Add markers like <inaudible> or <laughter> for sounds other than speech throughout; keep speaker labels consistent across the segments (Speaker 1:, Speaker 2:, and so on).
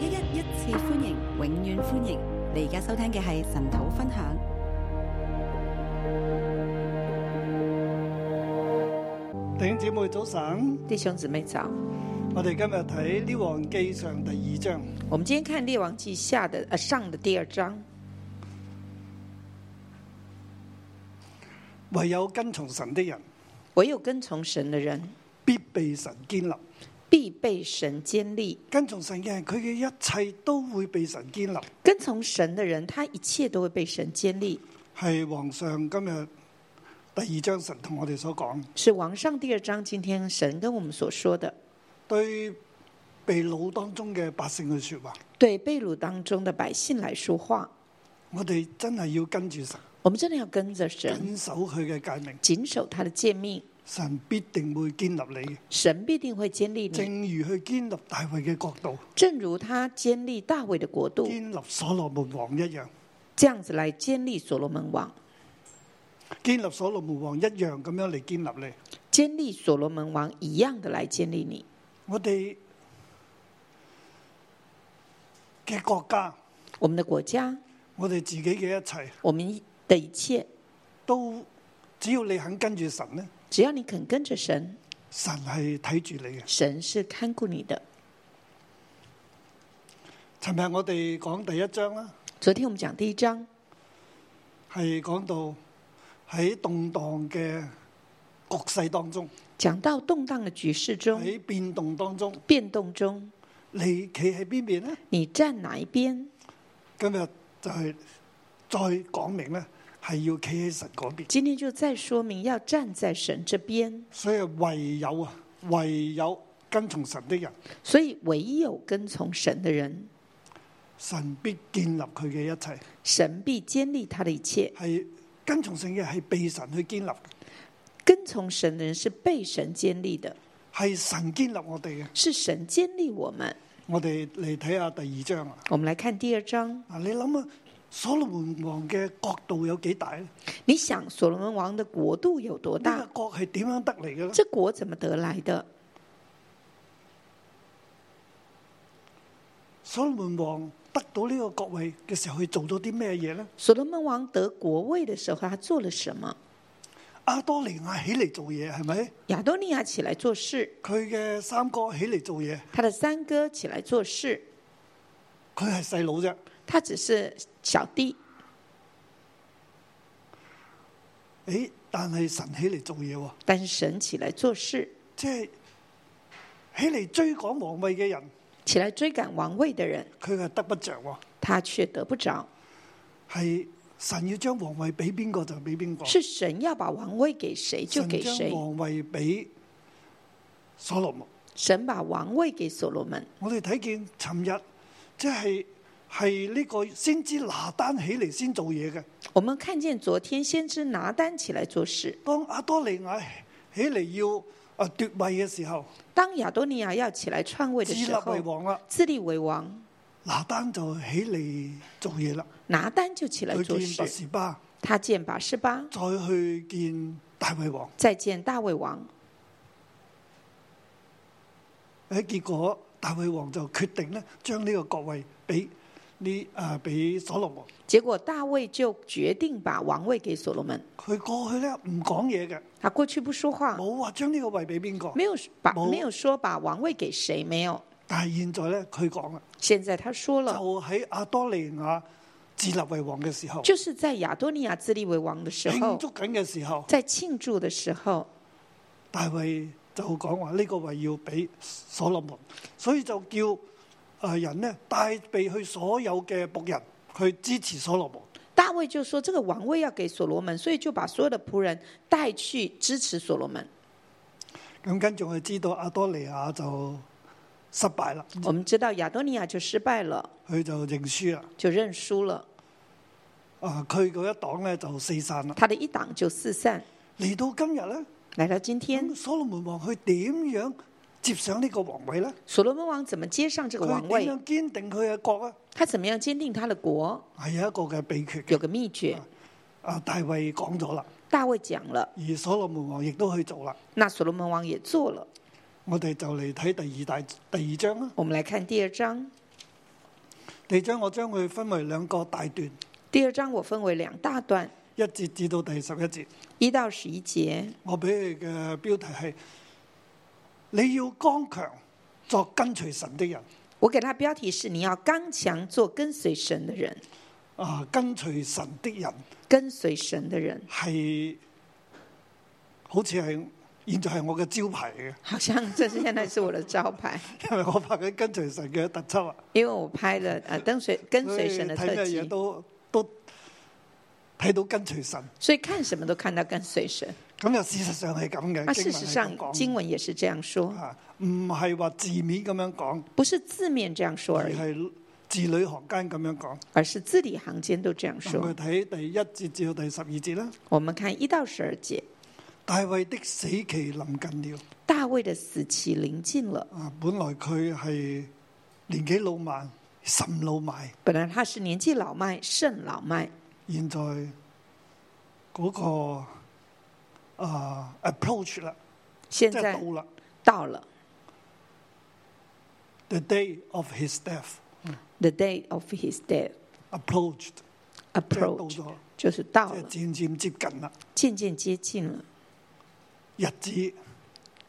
Speaker 1: 次歡迎，永遠歡迎！你而家收聽嘅係神土分享。
Speaker 2: 弟兄姊妹早晨，
Speaker 3: 弟兄姊妹早，
Speaker 2: 我哋今日睇《列王記上》第二章。
Speaker 3: 我们今天看《列王记下的》呃上的第二章，
Speaker 2: 唯有跟從神的人，
Speaker 3: 唯有跟从神的人
Speaker 2: 必被神建立；
Speaker 3: 必被神坚立。
Speaker 2: 跟從神嘅人，佢嘅一切都會被神建立。
Speaker 3: 跟从神的人，他一切都会被神坚立，
Speaker 2: 係皇上今日第二章神同我哋所講，
Speaker 3: 是王上第二章今天神跟我们所说的，
Speaker 2: 對被掳當中嘅百姓嘅说話。
Speaker 3: 对被掳当中的百姓来说话。
Speaker 2: 我哋真係要跟住神，
Speaker 3: 我们真的要跟着神，
Speaker 2: 緊守佢嘅誡命，
Speaker 3: 谨守他的诫命，
Speaker 2: 神必定會建立你，
Speaker 3: 神必定会坚立你，
Speaker 2: 正如佢建立大衛嘅國度，
Speaker 3: 正如他坚立大卫的国度，
Speaker 2: 建立所羅門王一樣。
Speaker 3: 这样子来坚立所罗门王，
Speaker 2: 建立所羅門王一樣咁樣嚟建立你。
Speaker 3: 坚立所罗门王一样的来坚立你。
Speaker 2: 我哋嘅國家，
Speaker 3: 我们的国家，
Speaker 2: 我哋自己嘅一切，
Speaker 3: 我们的一切，
Speaker 2: 都只要你肯跟住神呢，
Speaker 3: 只要你肯跟着神，
Speaker 2: 神係睇住你嘅。
Speaker 3: 神是看顾你的。
Speaker 2: 尋日我哋講第一章啦，
Speaker 3: 昨天我们讲第一章，
Speaker 2: 係講到喺動盪嘅局勢當中，
Speaker 3: 讲到动荡的局势中、
Speaker 2: 喺變動當中，
Speaker 3: 变动中，
Speaker 2: 你企喺邊邊呢？
Speaker 3: 你站哪一边？
Speaker 2: 今日就係再講明呢，係要企喺神嗰邊。
Speaker 3: 今天就再说明要站在神这边，
Speaker 2: 所以唯有啊，唯有跟從神的人，
Speaker 3: 所以唯有跟从神的人，
Speaker 2: 神必建立佢嘅一切。
Speaker 3: 神必坚立他的一切。
Speaker 2: 係跟從神嘅係被神去建立嘅，
Speaker 3: 跟从神的人是被神坚立的，
Speaker 2: 係神建立我哋嘅。
Speaker 3: 是神坚立我们。
Speaker 2: 我哋嚟睇下第二章啊！
Speaker 3: 我们来看第二章，
Speaker 2: 嗱，你諗啊，所羅門王嘅國度有幾大咧？
Speaker 3: 你想所罗门王的国度有多大？
Speaker 2: 呢個國係點樣得嚟嘅咧？
Speaker 3: 这国怎么得来的？
Speaker 2: 所羅門王得到呢個國位嘅時候，佢做咗啲咩嘢咧？
Speaker 3: 所罗门王得国位的时候，他做了什么？
Speaker 2: 阿多尼亞起嚟做嘢係咪？
Speaker 3: 亚多尼亚起来做事，
Speaker 2: 佢嘅三哥起嚟做嘢，
Speaker 3: 他的三哥起来做事，
Speaker 2: 佢係細佬啫。
Speaker 3: 他只是小弟。
Speaker 2: 誒，但係神起嚟做嘢喎，
Speaker 3: 但是神起来做事，
Speaker 2: 即係起嚟追趕王位嘅人，
Speaker 3: 起来追赶王位的人，
Speaker 2: 佢係得不着喎。
Speaker 3: 他却得不着。
Speaker 2: 系神要將皇位俾邊個就俾邊個，
Speaker 3: 是神要把王位给谁就
Speaker 2: 神
Speaker 3: 给
Speaker 2: 將
Speaker 3: 谁。
Speaker 2: 皇位俾所羅門。
Speaker 3: 神把王位给所罗门。
Speaker 2: 我哋睇見尋日即係係呢個先知拿單起嚟先做嘢嘅。
Speaker 3: 我们看见昨天先知拿单起来做事，
Speaker 2: 當阿多利亞起嚟要啊奪位嘅時候，
Speaker 3: 当亚多尼亚要起来篡位
Speaker 2: 自
Speaker 3: 的
Speaker 2: 立
Speaker 3: 时
Speaker 2: 為
Speaker 3: 候，
Speaker 2: 王啦，
Speaker 3: 自立为王，
Speaker 2: 拿單就起嚟做嘢啦。
Speaker 3: 拿单就起来
Speaker 2: 佢
Speaker 3: 做
Speaker 2: 見拔
Speaker 3: 事。
Speaker 2: 士巴，
Speaker 3: 他见拔示巴，
Speaker 2: 再去見大衛王。
Speaker 3: 再见大卫王。
Speaker 2: 誒，結果大衛王就決定咧，將呢個國位俾呢啊俾所羅門。
Speaker 3: 结果大卫就决定把王位给所罗门。
Speaker 2: 佢過去咧唔講嘢嘅，
Speaker 3: 他過去不说话，
Speaker 2: 冇話將呢個位俾邊個，
Speaker 3: 没有把
Speaker 2: 冇
Speaker 3: 没有说把王位给谁，没有。
Speaker 2: 但係現在咧佢講啦，
Speaker 3: 现在他说
Speaker 2: 就
Speaker 3: 了，
Speaker 2: 喺阿多利亞自立為王嘅時候，
Speaker 3: 就是在亚多尼亚自立为王的时
Speaker 2: 慶
Speaker 3: 候，
Speaker 2: 祝緊嘅時候，
Speaker 3: 在庆祝的时候，
Speaker 2: 大衛就講話呢個位要俾所羅門，所以就叫啊人咧帶備去所有嘅仆人去支持所羅門。
Speaker 3: 大卫就说这个王位要给所罗门，所以就把所有的仆人带去支持所罗门。
Speaker 2: 咁跟住我哋知道阿多利亞就失敗啦，
Speaker 3: 我们知道亚多尼亚就失败了，
Speaker 2: 佢就認輸啦。
Speaker 3: 就认輸了，
Speaker 2: 啊，佢嗰一黨咧就四散啦。
Speaker 3: 他的一党就四散。
Speaker 2: 嚟到今日咧。
Speaker 3: 来到今天
Speaker 2: 咁，所羅門王佢點樣接上呢個皇位咧？
Speaker 3: 所羅門王怎么接上这个
Speaker 2: 佢
Speaker 3: 王
Speaker 2: 點
Speaker 3: 位？
Speaker 2: 樣堅定佢嘅國啊？
Speaker 3: 他怎么样坚定他的国？
Speaker 2: 係有一個嘅秘訣嘅。
Speaker 3: 有个秘诀，
Speaker 2: 啊，大衛講咗啦，
Speaker 3: 大衛讲了，
Speaker 2: 而所羅門王亦都去做啦。
Speaker 3: 那所罗门王也做了。
Speaker 2: 我哋就嚟睇第二大第二章啦。
Speaker 3: 我们来看第二章，
Speaker 2: 第將我將佢分為兩個大段，
Speaker 3: 第二章我分为两大段，
Speaker 2: 一節至到第十一節。
Speaker 3: 一到十一节，
Speaker 2: 我俾佢嘅標題係：你要剛強作跟隨神的人。
Speaker 3: 我给它标题是“你要刚强做跟随神的人，
Speaker 2: 啊，跟隨神的人
Speaker 3: 跟随神的人
Speaker 2: 係好似係現在係我嘅招牌嚟”，
Speaker 3: 好像这是现在是我的招牌， <laughs>
Speaker 2: 嘅， <laughs> 因為我拍緊跟隨神嘅特輯啊，
Speaker 3: 因为我拍了呃跟随跟
Speaker 2: 所
Speaker 3: 随
Speaker 2: 以
Speaker 3: 神的
Speaker 2: 睇
Speaker 3: 特
Speaker 2: 咩
Speaker 3: 辑
Speaker 2: 嘢，都都睇到跟隨神。
Speaker 3: 所以看什么都看到跟随神。
Speaker 2: 咁又事實上係咁嘅，經
Speaker 3: 那啊事
Speaker 2: 哎文
Speaker 3: 实
Speaker 2: 係
Speaker 3: 上
Speaker 2: 咁講，
Speaker 3: 经文也是这样说，
Speaker 2: 啊，唔係話字面咁樣講，
Speaker 3: 不是字面这样说
Speaker 2: 而
Speaker 3: 而已，
Speaker 2: 係字裏行間咁樣講。
Speaker 3: 而是字里行间都这样
Speaker 2: 我哋
Speaker 3: 说。
Speaker 2: 睇第一節至到第十二節啦。
Speaker 3: 我们看一到十二节，
Speaker 2: 大衛的死期臨近了，
Speaker 3: 大卫的死期临近了。
Speaker 2: 啊，本來佢係年紀老邁，甚老邁，
Speaker 3: 本来他是年纪老迈，甚老迈，
Speaker 2: 現在嗰、個啊 approach 啦，
Speaker 3: 现
Speaker 2: 即係
Speaker 3: 在
Speaker 2: 到啦
Speaker 3: 到了
Speaker 2: ，the day of his death
Speaker 3: the day of his death
Speaker 2: approached，即係到
Speaker 3: approach，
Speaker 2: 咗，
Speaker 3: 就是到
Speaker 2: 即係
Speaker 3: 了，
Speaker 2: 漸漸接近啦，
Speaker 3: 渐渐接近了，
Speaker 2: 日子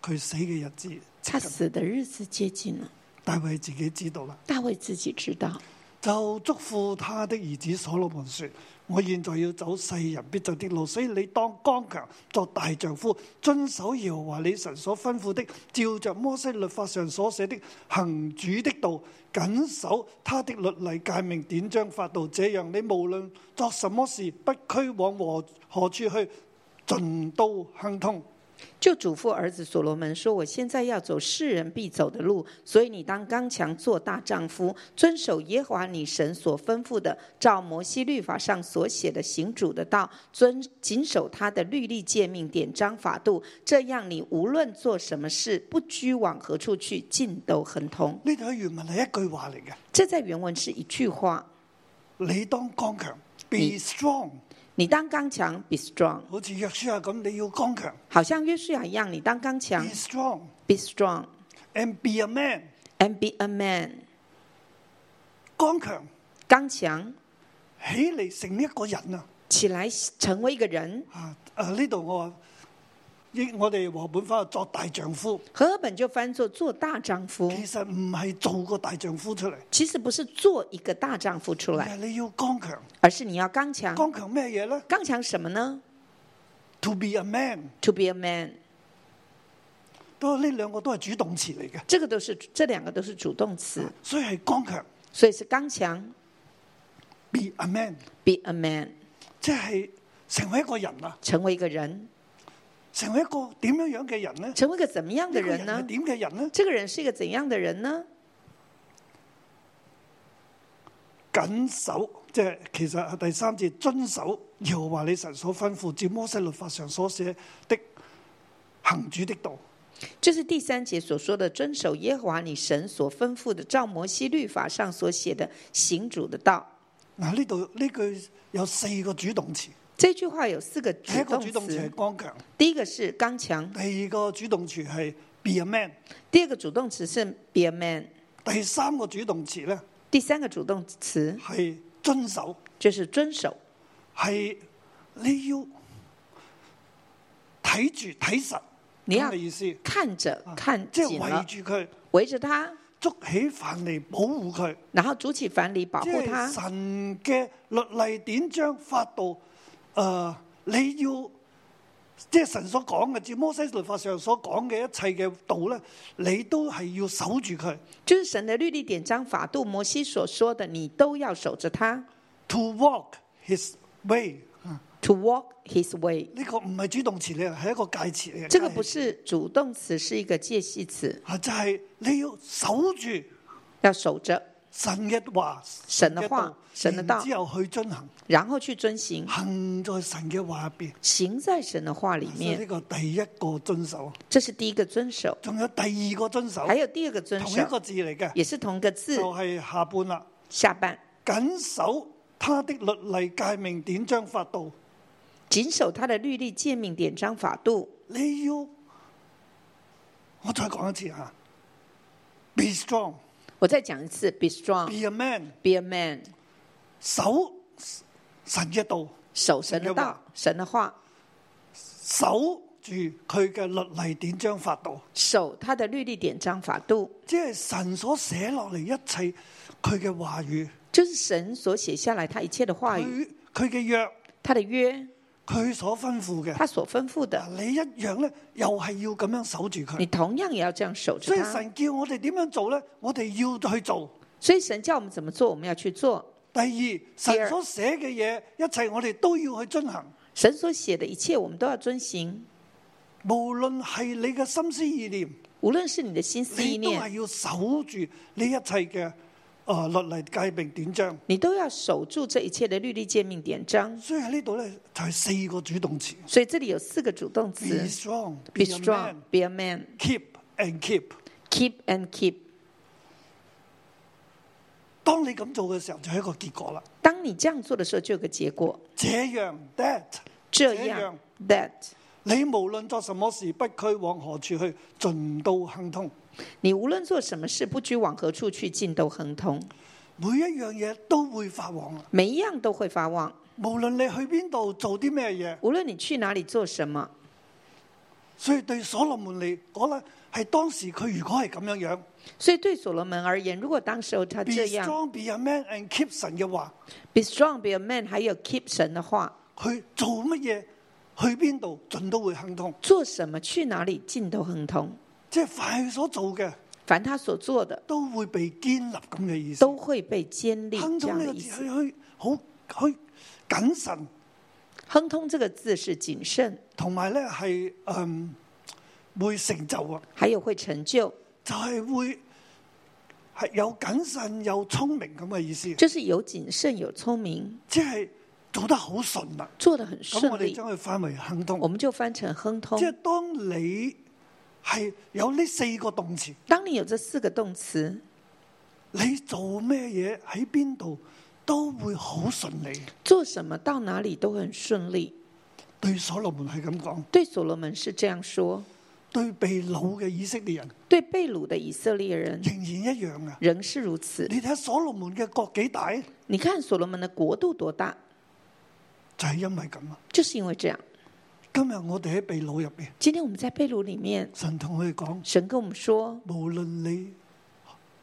Speaker 2: 佢死嘅日子，
Speaker 3: 他死的日子接近了。
Speaker 2: 大衛自己知道啦。
Speaker 3: 大卫自己知道，
Speaker 2: 就祝福他的兒子所羅門說：我現在要走世人必走的路，所以你當剛強作大丈夫，遵守耶和華你神所吩咐的，照着摩西律法上所寫的行主的道，謹守他的律例、誡命、典章、法度。這樣你無論作什麼事，不拘往何何處去，盡都亨通。
Speaker 3: 就嘱咐儿子所罗门说：“我现在要走世人必走的路，所以你当刚强做大丈夫，遵守耶和华你神所吩咐的，照摩西律法上所写的行主的道，遵谨守他的律例诫命典章法度，这样你无论做什么事，不拘往何处去，尽都亨通。
Speaker 2: 呢度嘅原文係一句話嚟嘅：”
Speaker 3: 这在原文是一句话：
Speaker 2: 你當剛強，be
Speaker 3: 你
Speaker 2: strong，
Speaker 3: 你当刚强，be strong，
Speaker 2: 好似約書亞咁，你要剛強
Speaker 3: 好像约书亚一样，你当刚强
Speaker 2: ，be strong。
Speaker 3: ，be
Speaker 2: and
Speaker 3: strong，and
Speaker 2: be a man，
Speaker 3: be a man，
Speaker 2: 剛強
Speaker 3: 刚强。
Speaker 2: 起嚟成一個人啊！
Speaker 3: 起来成为一个人。
Speaker 2: 啊啊呢度我話，英我哋和本翻作大丈夫，
Speaker 3: 和合本就翻作做大丈夫，
Speaker 2: 其實唔係做個大丈夫出嚟，
Speaker 3: 其实不是做一个大丈夫出
Speaker 2: 而
Speaker 3: 来，
Speaker 2: 係你要剛強。
Speaker 3: 而是你要刚强。
Speaker 2: 剛強咩嘢咧
Speaker 3: 刚强什么呢
Speaker 2: ？To be a man，
Speaker 3: ？To be a man，
Speaker 2: 都呢兩個都係主動詞嚟嘅，
Speaker 3: 这个都是这两个都是主动词，
Speaker 2: 所以係剛強。
Speaker 3: 所以是刚强。
Speaker 2: be a man，
Speaker 3: Be a man，
Speaker 2: 即係成為一個人啊，
Speaker 3: 成为一个人，
Speaker 2: 成為一個點樣樣嘅人咧？
Speaker 3: 成为一个怎么样的
Speaker 2: 呢個
Speaker 3: 人啊
Speaker 2: 人
Speaker 3: 呢
Speaker 2: 係？點嘅人咧？
Speaker 3: 这个人是一个怎样的人呢？
Speaker 2: 謹守，即係其實係第三節遵守耶和華你神所吩咐，照摩西律法上所寫的行主的道。
Speaker 3: 就是第三节所说的，遵守耶和华你神所吩咐的，照摩西律法上所写的行主的道。
Speaker 2: 嗱，呢度呢句有四個主動詞，
Speaker 3: 这句话有四个
Speaker 2: 第
Speaker 3: 主
Speaker 2: 一個
Speaker 3: 动
Speaker 2: 主動詞
Speaker 3: 词
Speaker 2: 係，剛強，
Speaker 3: 第一个是刚强，
Speaker 2: 第二個主動詞係 be a man，
Speaker 3: 第二个主动词是 be a man，
Speaker 2: 第三個主動詞咧
Speaker 3: 第三个主动词
Speaker 2: 係遵守，
Speaker 3: 就是遵守，
Speaker 2: 係你要睇住睇實
Speaker 3: 你
Speaker 2: 咁
Speaker 3: 要
Speaker 2: 嘅意思，
Speaker 3: 看着
Speaker 2: 啊
Speaker 3: 看
Speaker 2: 即
Speaker 3: 紧
Speaker 2: 係
Speaker 3: 了，
Speaker 2: 圍住佢，
Speaker 3: 围着他，
Speaker 2: 捉起犯嚟保護佢。
Speaker 3: 然后主起反理保
Speaker 2: 即
Speaker 3: 护
Speaker 2: 係
Speaker 3: 他。
Speaker 2: 神嘅律例典章法度，诶、你要即係神所講嘅，照摩西律法上所講嘅一切嘅道咧，你都係要守住佢。
Speaker 3: 就是神的律例典章法度，摩西所说的，你都要守着他。
Speaker 2: To walk his way，
Speaker 3: To walk his way，
Speaker 2: 呢個唔係主動詞嚟，係一個介詞嚟嘅。
Speaker 3: 这个不是主动词，是一个介系词，
Speaker 2: 啊，就係你要守住
Speaker 3: 要守着，
Speaker 2: 神嘅話、
Speaker 3: 神嘅話
Speaker 2: 道
Speaker 3: 神嘅道
Speaker 2: 然之後去遵行，
Speaker 3: 然后去遵行，
Speaker 2: 行在神嘅話入邊。
Speaker 3: 行在神的话里
Speaker 2: 所以呢
Speaker 3: 面。
Speaker 2: 個第一個遵守，
Speaker 3: 这是第一个遵守，
Speaker 2: 仲有第二個遵守，
Speaker 3: 还有第二个遵
Speaker 2: 同一哦
Speaker 3: 守，
Speaker 2: 個字嚟嘅。
Speaker 3: 也是同一个字
Speaker 2: 就係下半啦，
Speaker 3: 下半。
Speaker 2: 謹守他的律例、誡命、典章、法度，
Speaker 3: 谨守他的律例、诫命、典章、法度。
Speaker 2: 你要我再講一次啊，be strong，
Speaker 3: 我我再讲一次，be strong，be
Speaker 2: Be a man，
Speaker 3: a man，
Speaker 2: 守神嘅道，
Speaker 3: 守神的道，神的话，
Speaker 2: 守住佢嘅律例典章法度，
Speaker 3: 守他的律例典章法度，
Speaker 2: 即係神所寫落嚟一切佢嘅話語，
Speaker 3: 就是神所写下来他一切的话语，
Speaker 2: 佢佢嘅約，
Speaker 3: 他的约，
Speaker 2: 佢所吩咐嘅。
Speaker 3: 他所吩咐
Speaker 2: 嗱
Speaker 3: 的，
Speaker 2: 你一樣咧，又係要咁樣守住
Speaker 3: 你
Speaker 2: 佢。
Speaker 3: 同样也要这样守着
Speaker 2: 所以
Speaker 3: 他。
Speaker 2: 神叫我哋點樣做咧，我哋要去做。
Speaker 3: 所以神叫我们怎么做，我们要去做。
Speaker 2: 第二，神所寫嘅嘢，一切我哋都要去遵行。
Speaker 3: 神所写的一切，我们都要遵行。
Speaker 2: 無論係你嘅心思意念，
Speaker 3: 无论是你的心思意
Speaker 2: 你都係
Speaker 3: 念，
Speaker 2: 要守住呢一切嘅呃律例戒命典章。
Speaker 3: 你都要守住这一切的律例、诫命、典章。
Speaker 2: 所以喺呢度咧，就係四個主動詞
Speaker 3: 所以这里有四个主动词
Speaker 2: ：be strong, be
Speaker 3: ：be
Speaker 2: a
Speaker 3: strong,
Speaker 2: man,
Speaker 3: be a man,
Speaker 2: keep and keep。
Speaker 3: keep and keep。
Speaker 2: 當你咁做嘅時候，就係一個結果啦。
Speaker 3: 当你这样做的时候，就有个结果。
Speaker 2: 這樣 that。
Speaker 3: 这
Speaker 2: 这样
Speaker 3: 样，that，
Speaker 2: 你無論作什麼事，不拘往何處去，盡都亨通。
Speaker 3: 你无论做什么事，不拘往何处去，尽都亨通。
Speaker 2: 每一樣嘢都會發旺啦。
Speaker 3: 每一样都会发旺，
Speaker 2: 無論你去邊度做啲咩嘢，
Speaker 3: 无论你去哪里做什么。
Speaker 2: 所以對所羅門嚟講咧，係當時佢如果係咁樣樣
Speaker 3: 所以对所罗门而言，如果当时候他
Speaker 2: b
Speaker 3: 这
Speaker 2: e
Speaker 3: 样
Speaker 2: strong be a man and keep 神嘅話，
Speaker 3: ，be strong, be a man，还有 keep 神的话，
Speaker 2: 佢做乜嘢去邊度，盡都會亨通。
Speaker 3: 做什么去哪里，尽都亨通。
Speaker 2: 即係凡佢所做嘅
Speaker 3: 凡他所做的，
Speaker 2: 都會被建立咁嘅意思。
Speaker 3: 都会被建立
Speaker 2: 亨
Speaker 3: 这
Speaker 2: 通
Speaker 3: 样
Speaker 2: 呢
Speaker 3: 的
Speaker 2: 個
Speaker 3: 意
Speaker 2: 字
Speaker 3: 思。
Speaker 2: 佢去好去謹慎，
Speaker 3: 亨通这个字是谨慎，
Speaker 2: 同埋咧係嗯會成就啊。
Speaker 3: 还有会成就，
Speaker 2: 就係會係有謹慎又聰明咁嘅意思，
Speaker 3: 就是有谨慎，有聪明，
Speaker 2: 即係做得好順啦。
Speaker 3: 做得很
Speaker 2: 咁我
Speaker 3: 顺
Speaker 2: 哋
Speaker 3: 利。
Speaker 2: 將佢翻為亨通
Speaker 3: 我，们就翻成亨通
Speaker 2: 即。係當你係有呢四個動詞，
Speaker 3: 当你有这四个动词，
Speaker 2: 你做咩嘢喺邊度都會好順利。
Speaker 3: 做什么到哪里都很顺利。
Speaker 2: 對所羅門係咁講，
Speaker 3: 对所罗门是这样说，
Speaker 2: 對被掳嘅以色列人
Speaker 3: 对被掳的以色列人
Speaker 2: 仍然一樣啊！
Speaker 3: 仍是如此。
Speaker 2: 你睇下所羅門嘅國幾大，
Speaker 3: 你看所罗门的国度多大，
Speaker 2: 就係因為咁啊！
Speaker 3: 就是因为这样。
Speaker 2: 今日我哋喺被掳入邊，
Speaker 3: 今天我们在被掳里面，
Speaker 2: 神同佢哋講。
Speaker 3: 神跟我们说，
Speaker 2: 无论你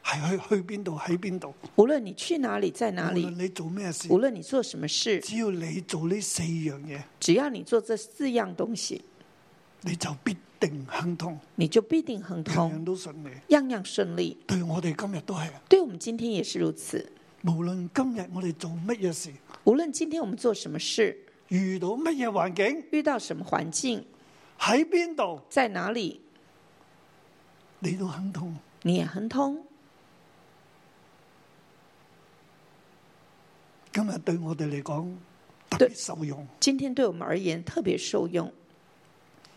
Speaker 2: 系去去边度喺边度，
Speaker 3: 无论你去哪里，在
Speaker 2: 无
Speaker 3: 哪
Speaker 2: 论
Speaker 3: 里，
Speaker 2: 你做咩事
Speaker 3: 无，论你做什么事，
Speaker 2: 只要你做呢四样嘢，
Speaker 3: 只要你做这四样东西，
Speaker 2: 你就必定亨通，
Speaker 3: 你就必定亨
Speaker 2: 样样
Speaker 3: 通，
Speaker 2: 都顺利。
Speaker 3: 样样顺利。
Speaker 2: 对我哋今日都啊系，
Speaker 3: 对我们今天也是如此。
Speaker 2: 无论今日我哋做乜嘢事，
Speaker 3: 无论今天我们做什么事，
Speaker 2: 遇到乜嘢环境，
Speaker 3: 遇到什么环境，
Speaker 2: 喺边度
Speaker 3: 在哪里，
Speaker 2: 你都亨通。
Speaker 3: 你也亨通。
Speaker 2: 今日对我哋嚟讲特
Speaker 3: 对
Speaker 2: 别受用，
Speaker 3: 今天对我们而言特别受用，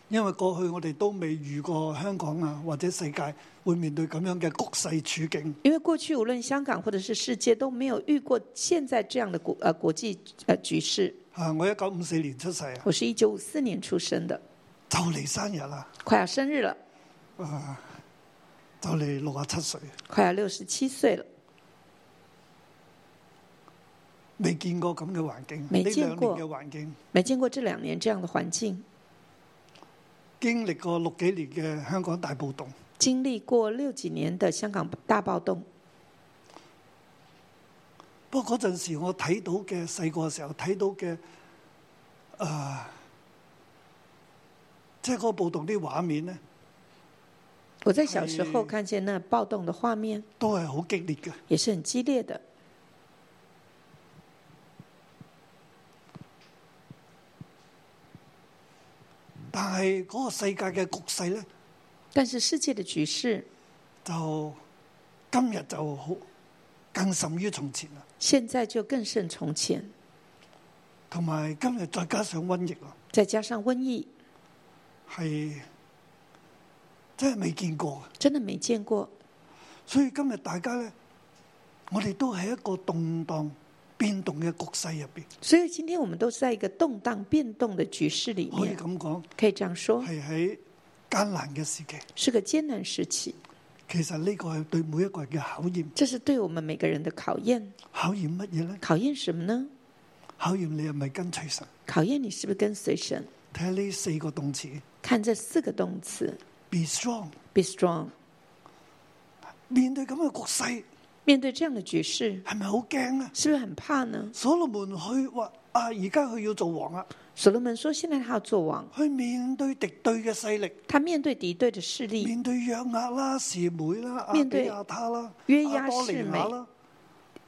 Speaker 2: 因为过去我哋都未遇过香港啊或者世界会面对咁样嘅局势处境。
Speaker 3: 因为过去无论香港或者是世界都没有遇过现在这样的国呃国际呃局势。
Speaker 2: 啊，我一九五四年出世啊，
Speaker 3: 我是一九五四年出生的，
Speaker 2: 就嚟生日啦。
Speaker 3: 快要生日了，
Speaker 2: 啊，就嚟六啊七歲，
Speaker 3: 快要六十七岁了，
Speaker 2: 未見過咁嘅環境，呢
Speaker 3: 未
Speaker 2: 兩
Speaker 3: 見
Speaker 2: 年
Speaker 3: 過
Speaker 2: 嘅環境，
Speaker 3: 没见過这两年这样的环境，
Speaker 2: 經歷過六幾年嘅香港大暴動，
Speaker 3: 经历过六几年的香港大暴动。
Speaker 2: 不過嗰陣時我睇到嘅細個嘅時候睇到嘅，啊，即係嗰個暴動啲畫面呢，
Speaker 3: 我在小时候
Speaker 2: 哎
Speaker 3: 看见那暴动的画面，
Speaker 2: 都係好激烈嘅。
Speaker 3: 也是很激烈的。
Speaker 2: 但係嗰個世界嘅局勢呢，
Speaker 3: 但是世界的局势
Speaker 2: 就今日就好更甚於從前啦，
Speaker 3: 现在就更胜从前，
Speaker 2: 同埋今日再加上瘟疫啦，
Speaker 3: 再加上瘟疫，
Speaker 2: 係真係未見過嘅。
Speaker 3: 真的没见过。
Speaker 2: 所以今日大家咧，我哋都喺一個動盪變動嘅局勢入邊，
Speaker 3: 所以今天我们都在一个动荡变动的局势里
Speaker 2: 可以
Speaker 3: 面，
Speaker 2: 咁講
Speaker 3: 哦可以这样说，
Speaker 2: 係喺艱難嘅時期。
Speaker 3: 是个艰难时期。
Speaker 2: 其實呢個係對每一個人嘅考驗，
Speaker 3: 这是对我们每个人的考验。
Speaker 2: 考驗乜嘢呢？
Speaker 3: 考验什么呢？
Speaker 2: 考驗你係咪跟隨神？
Speaker 3: 考验你是不是跟随神。
Speaker 2: 睇下呢四個動詞
Speaker 3: 看这四个动词
Speaker 2: ，be strong。
Speaker 3: ，be strong。
Speaker 2: 面對咁嘅局勢，
Speaker 3: 面对这样的局势，
Speaker 2: 係咪好驚呢？
Speaker 3: 是不是很怕呢？
Speaker 2: 所羅門去話啊，而家佢要做王啦，
Speaker 3: 所罗门说，现在他要做王，
Speaker 2: 去面對敵對嘅勢力，
Speaker 3: 他面对敌对的势力，
Speaker 2: 面對約押啦、示每啦、阿
Speaker 3: 面
Speaker 2: 比
Speaker 3: 對
Speaker 2: 亞他啦、
Speaker 3: 約押
Speaker 2: 亞多尼
Speaker 3: 示每
Speaker 2: 雅啦，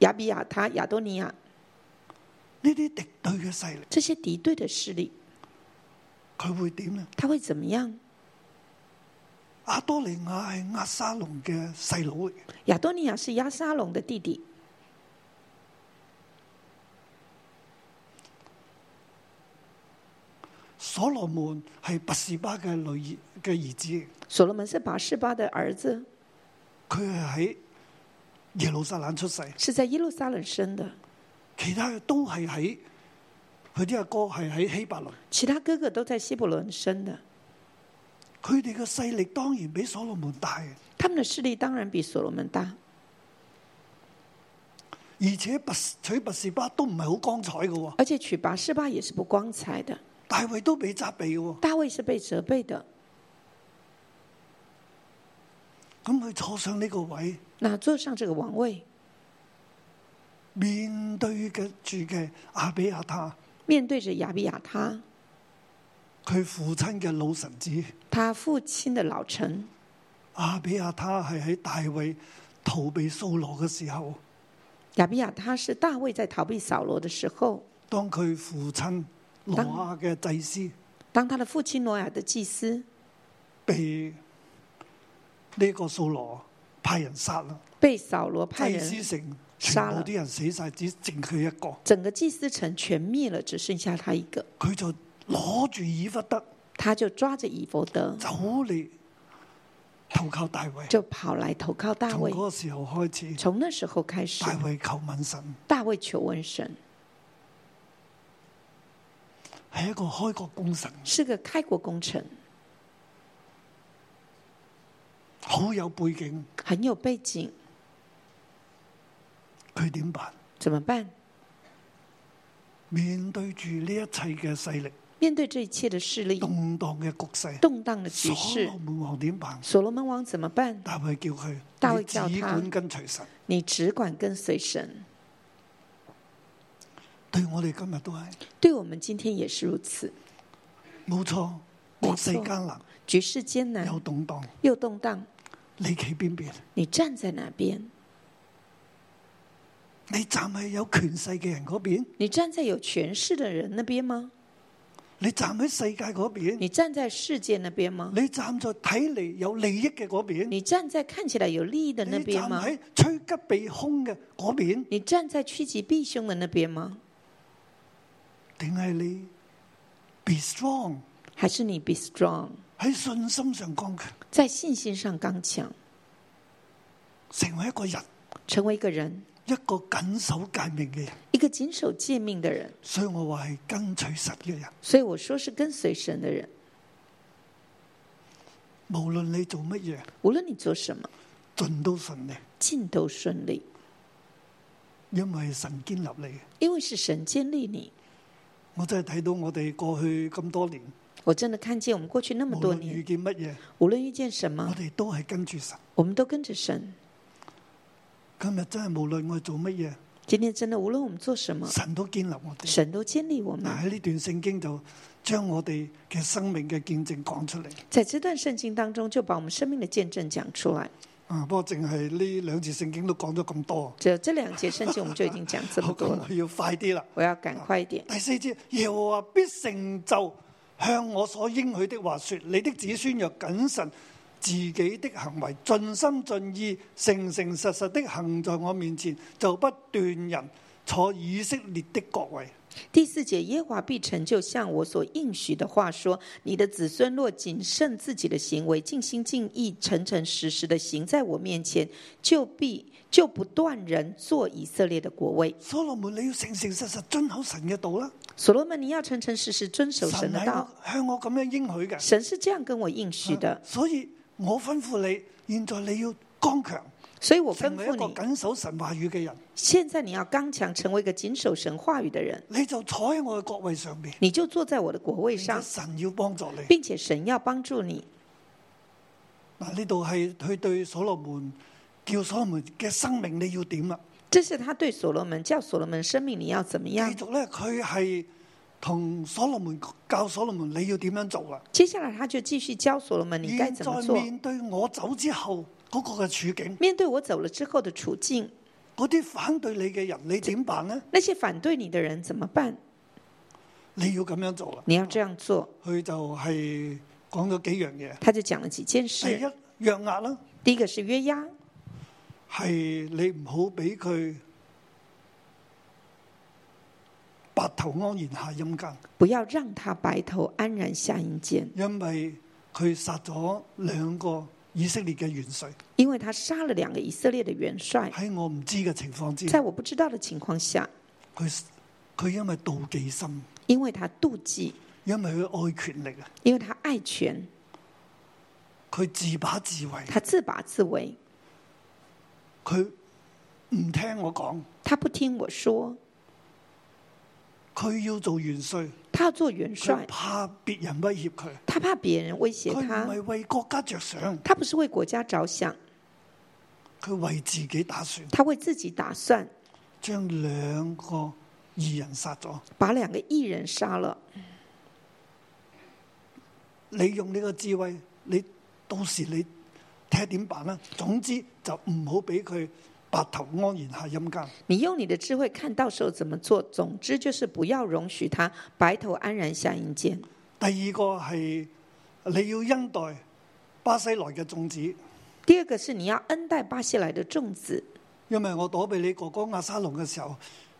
Speaker 3: 亚比亚他、亚多尼亚
Speaker 2: 呢啲敵對嘅勢力，
Speaker 3: 这些敌对的势力，
Speaker 2: 佢會點呢？
Speaker 3: 他会怎么样？
Speaker 2: 阿多利亞係押沙龍嘅細佬嚟嘅，
Speaker 3: 亚多尼亚是亚沙龙的弟弟，
Speaker 2: 所羅門係拔士巴嘅女兒嘅兒子，
Speaker 3: 所罗门是拔示巴的儿子，
Speaker 2: 佢係喺耶路撒冷出世，
Speaker 3: 是在耶路撒冷生的，
Speaker 2: 其他嘅都係喺佢啲阿哥係喺希伯倫。
Speaker 3: 其他哥哥都在希伯伦生的。
Speaker 2: 佢哋嘅勢力當然比所羅門大，
Speaker 3: 他们的势力当然比所罗门大，
Speaker 2: 而且拔娶拔士巴都唔係好光彩嘅喎。
Speaker 3: 而且娶拔示巴也是不光彩的。
Speaker 2: 大衛都被責備嘅喎，
Speaker 3: 大卫是被责备的，
Speaker 2: 咁佢坐上呢個位，
Speaker 3: 那坐上这个王位，
Speaker 2: 面對嘅住嘅亞比亞他，
Speaker 3: 面对着亚比亚他，
Speaker 2: 佢父親嘅老臣子。
Speaker 3: 他父亲的老臣
Speaker 2: 亞比亞他係喺大衛逃避掃羅嘅時候，
Speaker 3: 亚比亚他是大卫在逃避扫罗的时候，
Speaker 2: 當佢父親羅亞嘅祭司
Speaker 3: 当他的父亲挪亚的祭司
Speaker 2: 被呢個掃羅派人殺啦，
Speaker 3: 被扫羅派
Speaker 2: 祭
Speaker 3: 人，
Speaker 2: 司城
Speaker 3: 殺
Speaker 2: 全
Speaker 3: 啦
Speaker 2: 部啲人死晒，只剩佢一個，
Speaker 3: 整个祭司城全灭了，只剩下他一个，
Speaker 2: 佢就攞住以弗德
Speaker 3: 他就抓着以弗德
Speaker 2: 走嚟投靠大衛。
Speaker 3: 就跑来投靠大
Speaker 2: 從
Speaker 3: 卫
Speaker 2: 嗰。個時候開始，
Speaker 3: 从那时候开始
Speaker 2: 大，衛求問神
Speaker 3: 大卫求问神，
Speaker 2: 係一個開國功臣，
Speaker 3: 是个开国功臣，
Speaker 2: 好有背景，
Speaker 3: 很有背景，
Speaker 2: 佢點辦？
Speaker 3: 怎么办？
Speaker 2: 面對住呢一切嘅勢力、
Speaker 3: 面对这一切的势力、
Speaker 2: 動盪嘅局勢。
Speaker 3: 动荡的局
Speaker 2: 所
Speaker 3: 势
Speaker 2: 羅，門王點辦？
Speaker 3: 所罗门王怎么办？
Speaker 2: 大衛叫佢，
Speaker 3: 大衛
Speaker 2: 你
Speaker 3: 叫他
Speaker 2: 只管跟隨神。
Speaker 3: 你只管跟随神。
Speaker 2: 對我哋今日都係
Speaker 3: 对我们今天也是如此，
Speaker 2: 冇錯，
Speaker 3: 冇錯嗯
Speaker 2: 國勢艱難
Speaker 3: 局势艰难
Speaker 2: 有動盪，
Speaker 3: 又动荡，
Speaker 2: 你企邊邊？
Speaker 3: 你站在哪边？
Speaker 2: 你站喺有權勢嘅人嗰邊，
Speaker 3: 你站在有权势的人那边吗？
Speaker 2: 你站喺世界嗰邊，
Speaker 3: 你站在世界那边吗？
Speaker 2: 你站在睇嚟有利益嘅嗰邊，
Speaker 3: 你站在看起来有利益的那
Speaker 2: 你
Speaker 3: 边
Speaker 2: 站
Speaker 3: 吗？
Speaker 2: 喺趨吉避凶嘅嗰邊，
Speaker 3: 你站在趋吉避凶的那边吗？
Speaker 2: 定係你 be strong
Speaker 3: 还是你 be strong，
Speaker 2: 喺信心上剛強，
Speaker 3: 在信心上刚强，
Speaker 2: 成為一個人
Speaker 3: 成为一个人，
Speaker 2: 一個緊守戒命嘅人。
Speaker 3: 一个谨守诫命的人。
Speaker 2: 所以我話係跟隨神嘅人。
Speaker 3: 所以我说是跟随神的人，
Speaker 2: 無論你做乜嘢，
Speaker 3: 无论你做什么，
Speaker 2: 盡都順利，
Speaker 3: 尽都顺利，
Speaker 2: 因為神建立你。
Speaker 3: 因为是神建立你。
Speaker 2: 我真係睇到我哋過去咁多年，
Speaker 3: 我真的看见我们过去那
Speaker 2: 無
Speaker 3: 么多
Speaker 2: 論遇
Speaker 3: 年，啊
Speaker 2: 見乜嘢，
Speaker 3: 无论遇见什
Speaker 2: 我
Speaker 3: 么，
Speaker 2: 哋都係跟住神。
Speaker 3: 我们都跟着神。
Speaker 2: 今日真係無論我哋做乜嘢，
Speaker 3: 今天真的，无论我们做什么，
Speaker 2: 神都建立我哋。
Speaker 3: 啊神都建立我们。
Speaker 2: 嗱喺呢段聖經就將我哋嘅生命嘅見證講出嚟。
Speaker 3: 在这段圣经当中，就把我们生命的见证讲出来。
Speaker 2: 啊，不過淨係呢兩次聖經都講咗咁多，
Speaker 3: 这这两节圣经，我们就已经讲这么
Speaker 2: 好
Speaker 3: 多
Speaker 2: 咁
Speaker 3: 了
Speaker 2: 我。要快啲啦。
Speaker 3: 我要赶快一点。
Speaker 2: 第四節，耶和華必成就向我所應許的話說：你的子孫若謹慎自己的行為，盡心盡意、誠誠實實的行在我面前，就不斷人坐以色列的國位。
Speaker 3: 第四节，耶和华必成就像我所应许的话说：你的子孙若谨慎自己的行为，尽心尽意、诚诚实实的行在我面前，就必就不断人做以色列的国位。
Speaker 2: 所羅門，你要誠誠實實遵守神嘅道啦。
Speaker 3: 所罗门，你要诚诚实实遵守神
Speaker 2: 神
Speaker 3: 的
Speaker 2: 係
Speaker 3: 道。
Speaker 2: 我向我咁樣應許嘅，啊
Speaker 3: 神是这样跟我应许的，
Speaker 2: 所以我吩咐你，現在你要剛強，
Speaker 3: 所以我吩
Speaker 2: 成為一
Speaker 3: 咐
Speaker 2: 個
Speaker 3: 你，
Speaker 2: 緊守神話語嘅人。
Speaker 3: 现在你要刚强，成为一个谨守神话语的人，
Speaker 2: 你就坐喺我嘅國位上面，
Speaker 3: 你就坐在我的国位
Speaker 2: 並且
Speaker 3: 上，
Speaker 2: 神要幫助你。
Speaker 3: 并且神要帮助你。
Speaker 2: 嗱，呢度係佢對所羅門叫所羅門嘅生命你要點啊啦。
Speaker 3: 这是他对所罗门叫所罗门生命你要怎么
Speaker 2: 繼
Speaker 3: 样？
Speaker 2: 續咧，佢係同所羅門教所羅門你要點樣做啦。
Speaker 3: 接下来他就继续教所罗门你该
Speaker 2: 現
Speaker 3: 怎么
Speaker 2: 在
Speaker 3: 做。
Speaker 2: 面對我走之後嗰、個嘅處境，
Speaker 3: 面对我走了之后的处境，
Speaker 2: 嗰啲反對你嘅人，你點辦呢？
Speaker 3: 那些反对你的人怎么办？
Speaker 2: 你要咁樣做啦。
Speaker 3: 你要这样做。
Speaker 2: 佢就係講咗幾樣嘢。
Speaker 3: 他就讲了几件
Speaker 2: 第
Speaker 3: 事。
Speaker 2: 一，讓壓啦，
Speaker 3: 第一个是约押，
Speaker 2: 係你唔好俾佢白頭安然下陰間，
Speaker 3: 不要让他白头安然下阴间，
Speaker 2: 因為佢殺咗兩個以色列嘅元帥，
Speaker 3: 因为他杀了两个以色列的元帅，
Speaker 2: 喺我唔知嘅情況之
Speaker 3: 在
Speaker 2: 下，
Speaker 3: 我不知道的情况下，
Speaker 2: 佢佢因為妒忌心，
Speaker 3: 因为他妒忌，
Speaker 2: 因為佢愛權力啊，
Speaker 3: 因为他爱权，
Speaker 2: 佢自把自為，
Speaker 3: 他自把自为，
Speaker 2: 佢唔聽我講，
Speaker 3: 他不听我说，
Speaker 2: 佢要做元帥，
Speaker 3: 他要做元
Speaker 2: 佢
Speaker 3: 帅，
Speaker 2: 怕別人威脅佢，
Speaker 3: 他怕别人威胁
Speaker 2: 佢唔
Speaker 3: 他，
Speaker 2: 係為國家着想。
Speaker 3: 他不是为国家着想，
Speaker 2: 佢為自己打算，
Speaker 3: 他为自己打算，
Speaker 2: 將兩個義人殺咗。
Speaker 3: 把两个艺人杀了。
Speaker 2: 你用呢個智慧，你到時你睇下點辦啦。總之就唔好俾佢白頭安然下陰間。
Speaker 3: 你用你的智慧看到时候怎么做，总之就是不要容许他白头安然下阴间。
Speaker 2: 第二個係你要恩待巴西來嘅眾子，
Speaker 3: 第二个是你要恩待巴西来的众子，
Speaker 2: 因為我躲避你哥哥亞沙龍嘅時候，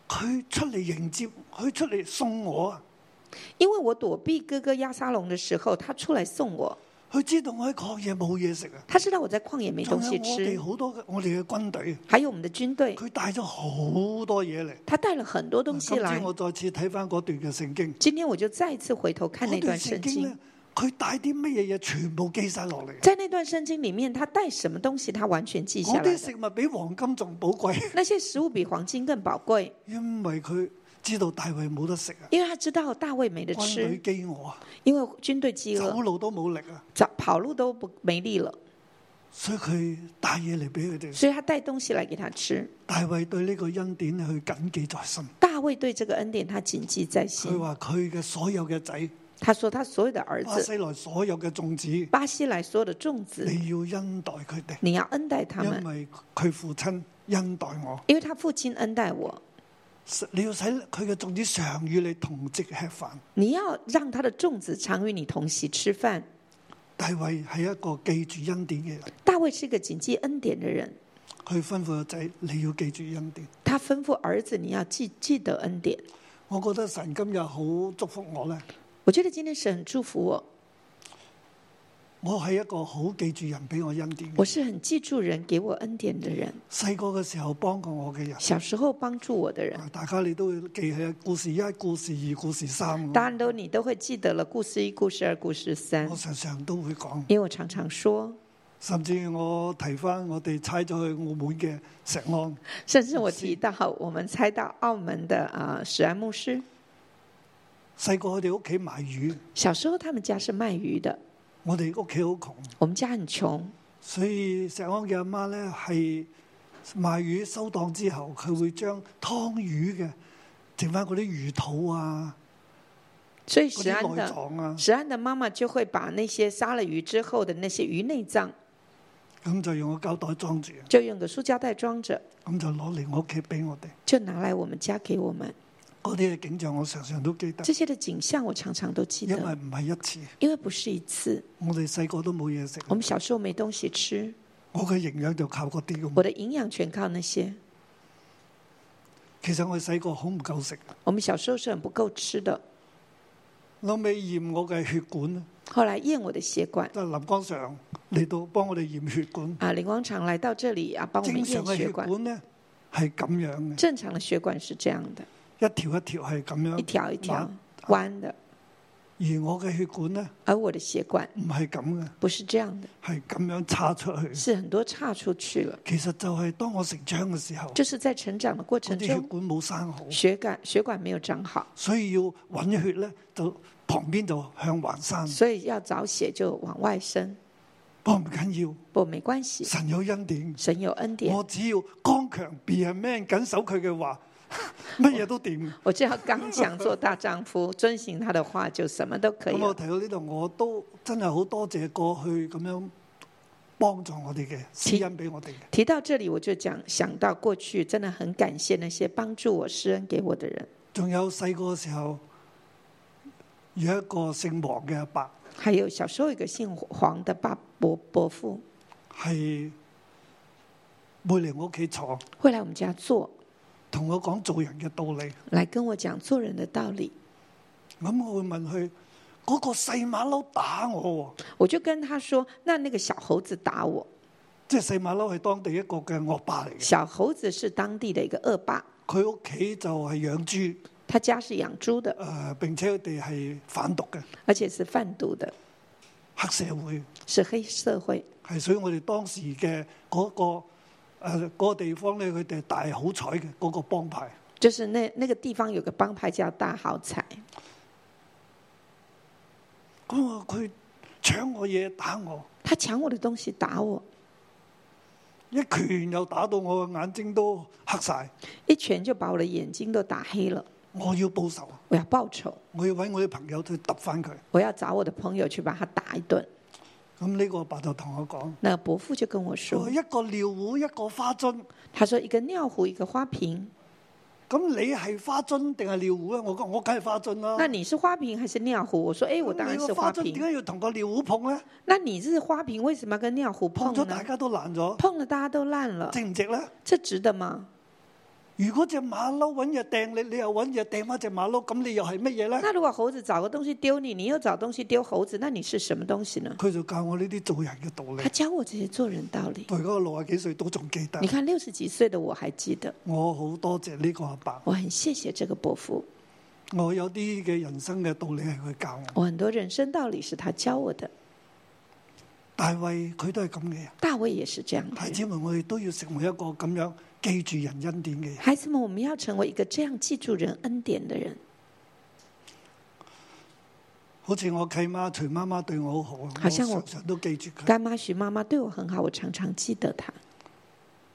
Speaker 2: 佢出嚟迎接，佢出嚟送我啊！
Speaker 3: 因为我躲避哥哥亚沙龙的时候，他出来送我，
Speaker 2: 佢知道我喺曠野冇嘢食啊，
Speaker 3: 他知道我在旷野没
Speaker 2: 仲
Speaker 3: 东
Speaker 2: 有
Speaker 3: 西
Speaker 2: 我
Speaker 3: 吃
Speaker 2: 哋，好多嘅我哋嘅軍隊，
Speaker 3: 还有我们的军队，
Speaker 2: 佢帶咗好多嘢嚟。
Speaker 3: 他带了很多东西
Speaker 2: 今朝
Speaker 3: 来。
Speaker 2: 我再次睇翻嗰段嘅聖經，
Speaker 3: 今天我就再一次回头看那
Speaker 2: 嗰
Speaker 3: 段
Speaker 2: 段
Speaker 3: 圣
Speaker 2: 聖經
Speaker 3: 经
Speaker 2: 咧，，佢帶啲乜嘢嘢全部記晒落嚟。
Speaker 3: 在那段圣经里面，他带什么东西，他完全记下
Speaker 2: 嗰
Speaker 3: 来
Speaker 2: 啲
Speaker 3: 了。
Speaker 2: 食物比黃金仲寶貴，
Speaker 3: 那些食物比黄金更宝贵，
Speaker 2: 因為佢知道大衛冇得食啊，
Speaker 3: 因为他知道大卫没得
Speaker 2: 軍隊
Speaker 3: 吃，
Speaker 2: 飢餓啊，
Speaker 3: 因为军队饥
Speaker 2: 走
Speaker 3: 饿，
Speaker 2: 路都冇力啊，
Speaker 3: 早跑路都不没力了，
Speaker 2: 所以佢帶嘢嚟俾佢哋。
Speaker 3: 所以他带东西来给他吃。
Speaker 2: 大衛對呢個恩典佢謹記在心，
Speaker 3: 大卫对这个恩典他谨记在心
Speaker 2: 佢。話佢嘅所有嘅仔，
Speaker 3: 他说他所有的儿
Speaker 2: 巴
Speaker 3: 子，
Speaker 2: 西來所有嘅眾子，你
Speaker 3: 巴西来所有的众子，
Speaker 2: 要恩待佢哋，
Speaker 3: 哎你要恩待他
Speaker 2: 因
Speaker 3: 们，
Speaker 2: 為佢父親恩待我，
Speaker 3: 因为他父亲恩待我。
Speaker 2: 你要使佢嘅眾子常與你同席吃飯。
Speaker 3: 你要让他的众子常与你同席吃饭。
Speaker 2: 大衛係一個記住恩典嘅人，
Speaker 3: 大卫是个谨记恩典的人，
Speaker 2: 佢吩咐個仔你要記住恩典。
Speaker 3: 他吩咐儿子你要记记得恩典。
Speaker 2: 我覺得神今日好祝福我咧，
Speaker 3: 我觉得今天神很祝福我，
Speaker 2: 我係一個好記住人俾我恩典
Speaker 3: 我
Speaker 2: 嘅。
Speaker 3: 是很记住人给我恩典的人，
Speaker 2: 細個嘅時候幫過我嘅人，
Speaker 3: 小时候帮助我的人，
Speaker 2: 大家你都會記起故事一、故事二、故事三。
Speaker 3: 当然都你都会记得了。故事一、故事二、故事三
Speaker 2: 我，常常都會講，
Speaker 3: 因为我常常说，
Speaker 2: 甚至我提翻我哋差咗去澳門嘅石安，
Speaker 3: 甚至我提到我们猜到澳门的啊史安牧师，
Speaker 2: 細個佢哋屋企賣魚，
Speaker 3: 小时候他们家是卖鱼的，
Speaker 2: 我哋屋企好窮，
Speaker 3: 我们家很穷，
Speaker 2: 所以石安嘅阿媽咧係賣魚收檔之後，佢會將湯魚嘅剩翻嗰啲魚肚啊、
Speaker 3: 所以
Speaker 2: 嗰
Speaker 3: 石安
Speaker 2: 啲內
Speaker 3: 的
Speaker 2: 臟啊。
Speaker 3: 石安的妈妈就会把那些杀了鱼之后的那些鱼内脏，
Speaker 2: 咁就用個膠袋裝住，啊
Speaker 3: 就用个塑胶袋装着，
Speaker 2: 咁就攞嚟我屋企俾我哋。
Speaker 3: 就拿来我们家给我们。
Speaker 2: 嗰啲嘅景象我常常都記得
Speaker 3: 这，些的景象我常常都记
Speaker 2: 因為
Speaker 3: 得，
Speaker 2: 唔係一次，
Speaker 3: 因为不是一次，
Speaker 2: 我哋細個都冇嘢食，啊
Speaker 3: 我们小时候没东西吃，
Speaker 2: 我嘅營養就靠嗰啲
Speaker 3: 我
Speaker 2: 咁。
Speaker 3: 的营养全靠那些。
Speaker 2: 其實我細個好唔夠食，啊
Speaker 3: 我们小时候是很不够吃的。
Speaker 2: 後尾驗我嘅血管，
Speaker 3: 后来验我的血管
Speaker 2: 就係林光常嚟到幫我哋驗血管。
Speaker 3: 啊，林光常来到这里啊，帮我们
Speaker 2: 正常
Speaker 3: 验
Speaker 2: 嘅
Speaker 3: 血
Speaker 2: 血
Speaker 3: 管。
Speaker 2: 管呢係咁樣嘅，
Speaker 3: 正常的血管是这样的，
Speaker 2: 嗯一條一條係咁樣，
Speaker 3: 一条一条
Speaker 2: 慢
Speaker 3: 弯的，
Speaker 2: 而我嘅血管呢，
Speaker 3: 而我的血管
Speaker 2: 唔係咁嘅，
Speaker 3: 不是这样的，
Speaker 2: 係咁樣叉出去。
Speaker 3: 是很多岔出去了。
Speaker 2: 其實就係當我成長嘅時候，
Speaker 3: 就是在成长的过
Speaker 2: 嗰
Speaker 3: 程
Speaker 2: 啲血
Speaker 3: 中，
Speaker 2: 管冇生好，
Speaker 3: 血管血管没有长好，
Speaker 2: 所以要揾血咧，就旁邊就向橫生。
Speaker 3: 所以要早血就往外伸。
Speaker 2: 不過唔緊要，
Speaker 3: 不，没关系，
Speaker 2: 神有恩典。
Speaker 3: 神有恩典
Speaker 2: 我。只要剛強 be a man，緊守佢嘅話， <laughs> 乜嘢都掂。
Speaker 3: 我只要刚强做大丈夫，遵行他的话，就什么都可以
Speaker 2: 咁我
Speaker 3: 了。
Speaker 2: 提到呢度，我都真係好多謝過去咁樣幫助我哋嘅施恩俾我哋嘅。
Speaker 3: 提到这里，我就讲想到过去，真的很感谢那些帮助我、施恩给我的人。
Speaker 2: 仲有細個嘅時候，有一個姓黃嘅阿伯，
Speaker 3: 还有小时候有一个姓黄的爸伯伯父
Speaker 2: 係會嚟我屋企坐，
Speaker 3: 会来我们家做，
Speaker 2: 同我講做人嘅道理。
Speaker 3: 来跟我讲做人的道理。
Speaker 2: 咁我會問佢：嗰、個細馬騮打我喎，
Speaker 3: 我就跟他说：“那那个小猴子打我，
Speaker 2: 即係細馬騮係當地一個嘅惡霸嚟嘅。
Speaker 3: 小猴子是当地的一个恶霸，
Speaker 2: 佢屋企就係養豬，誒、呃
Speaker 3: 他家是养猪的，
Speaker 2: 並且佢哋係反毒嘅
Speaker 3: 而且是贩毒的，
Speaker 2: 黑社會，
Speaker 3: 是黑社会。
Speaker 2: 係所以我哋當時嘅嗰、個誒、嗰個地方咧，佢哋係大好彩嘅嗰個幫派。
Speaker 3: 就是那那个地方有个帮派叫大好彩，
Speaker 2: 咁我佢搶我嘢打我。
Speaker 3: 他抢我的东西打我，
Speaker 2: 一拳又打到我嘅眼睛都黑晒，
Speaker 3: 一拳就把我的眼睛都打黑了。
Speaker 2: 我要報仇，
Speaker 3: 我要报仇，
Speaker 2: 我要揾我啲朋友去揼翻佢。
Speaker 3: 我要找我的朋友去把他打一顿。”
Speaker 2: 咁呢個伯就同我講：，
Speaker 3: 那伯父就跟我
Speaker 2: 佢話
Speaker 3: 说
Speaker 2: 哦一個尿壺，一個花樽，：“
Speaker 3: 他说一个尿壶，一个花瓶，
Speaker 2: 咁你係花樽定係尿壺啊咧？我講我梗係花樽啦。
Speaker 3: 那你是花瓶还是尿壶？”我说：“哎，我当
Speaker 2: 咁
Speaker 3: 然
Speaker 2: 你
Speaker 3: 是
Speaker 2: 個
Speaker 3: 花
Speaker 2: 花樽點
Speaker 3: 瓶。
Speaker 2: 解要同個尿壺碰咧？
Speaker 3: 那你是花瓶，为什么要跟尿壶
Speaker 2: 碰
Speaker 3: 碰
Speaker 2: 咗
Speaker 3: 呢？
Speaker 2: 大家都爛咗，
Speaker 3: 碰啊了大家都烂了，
Speaker 2: 值唔值咧？
Speaker 3: 这值得吗？
Speaker 2: 如果只馬騮揾嘢掟你，你又揾嘢掟翻只馬騮，咁你又係乜嘢咧？
Speaker 3: 那如果猴子找个东西丢你，你又找东西丢猴子，那你是什么东西呢？
Speaker 2: 佢就教我呢啲做人嘅道理
Speaker 3: 他。教我这些做人道理。
Speaker 2: 到而家我六啊幾歲都仲記得
Speaker 3: 你。看六十几岁的我还记得，
Speaker 2: 我好多謝呢個阿伯。
Speaker 3: 我很谢谢这个伯父，
Speaker 2: 我有啲嘅人生嘅道理係佢教我。
Speaker 3: 我很多人生道理是他教我的。
Speaker 2: 大衛佢都係咁嘅人。
Speaker 3: 大卫也是这样的
Speaker 2: 弟
Speaker 3: 人。
Speaker 2: 姊妹，我哋都要成為一個咁樣記住人恩典嘅人。
Speaker 3: 孩子们，我们要成为一个这样记住人恩典的人。
Speaker 2: 好似我契媽、徐媽媽對我好好，我
Speaker 3: 好像我
Speaker 2: 常常都記住佢。
Speaker 3: 干妈、徐妈妈对我很好，我常常记得她。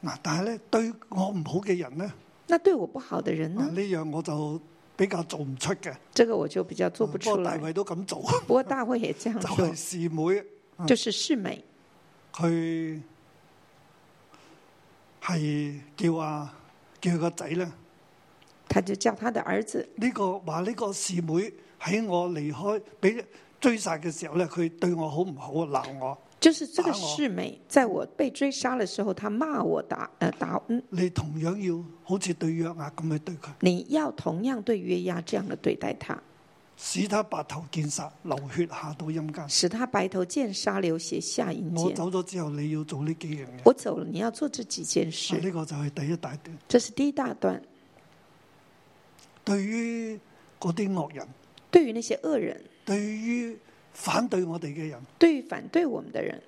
Speaker 2: 嗱，但係咧對我唔好嘅人咧，
Speaker 3: 那对我不好的人
Speaker 2: 嗱
Speaker 3: 呢？
Speaker 2: 呢樣我就比較做唔出嘅。
Speaker 3: 这个我就比较做不
Speaker 2: 不過
Speaker 3: 出
Speaker 2: 大
Speaker 3: 來。
Speaker 2: 衛都咁做，
Speaker 3: <laughs>
Speaker 2: <laughs>
Speaker 3: 不过大卫也这样
Speaker 2: 就
Speaker 3: 做
Speaker 2: 係，示妹，
Speaker 3: 就是世美，
Speaker 2: 佢係叫啊叫佢個仔咧。
Speaker 3: 他就叫他的儿子
Speaker 2: 呢、個話呢個侍妹喺我離開俾追殺嘅時候咧，佢對我好唔好啊？鬧我，
Speaker 3: 就是这个
Speaker 2: 打我
Speaker 3: 世美，在我被追杀的时候，他骂我打呃打，嗯，
Speaker 2: 你同樣要好似對約押咁去對佢，
Speaker 3: 你要同样对约押这样的对待他，
Speaker 2: 使他白頭見殺，流血下到陰間。
Speaker 3: 使他白头见杀，流血下阴
Speaker 2: 我
Speaker 3: 间。
Speaker 2: 走咗之後，你要做呢幾樣嘢。
Speaker 3: 我走了，你要做这几件
Speaker 2: 啊呢、
Speaker 3: 事，
Speaker 2: 個就係第一大段。
Speaker 3: 这是第一大段。
Speaker 2: 對於嗰啲惡人，
Speaker 3: 对于那些恶人，
Speaker 2: 對於反對我哋嘅人，
Speaker 3: 对于反对我们的人、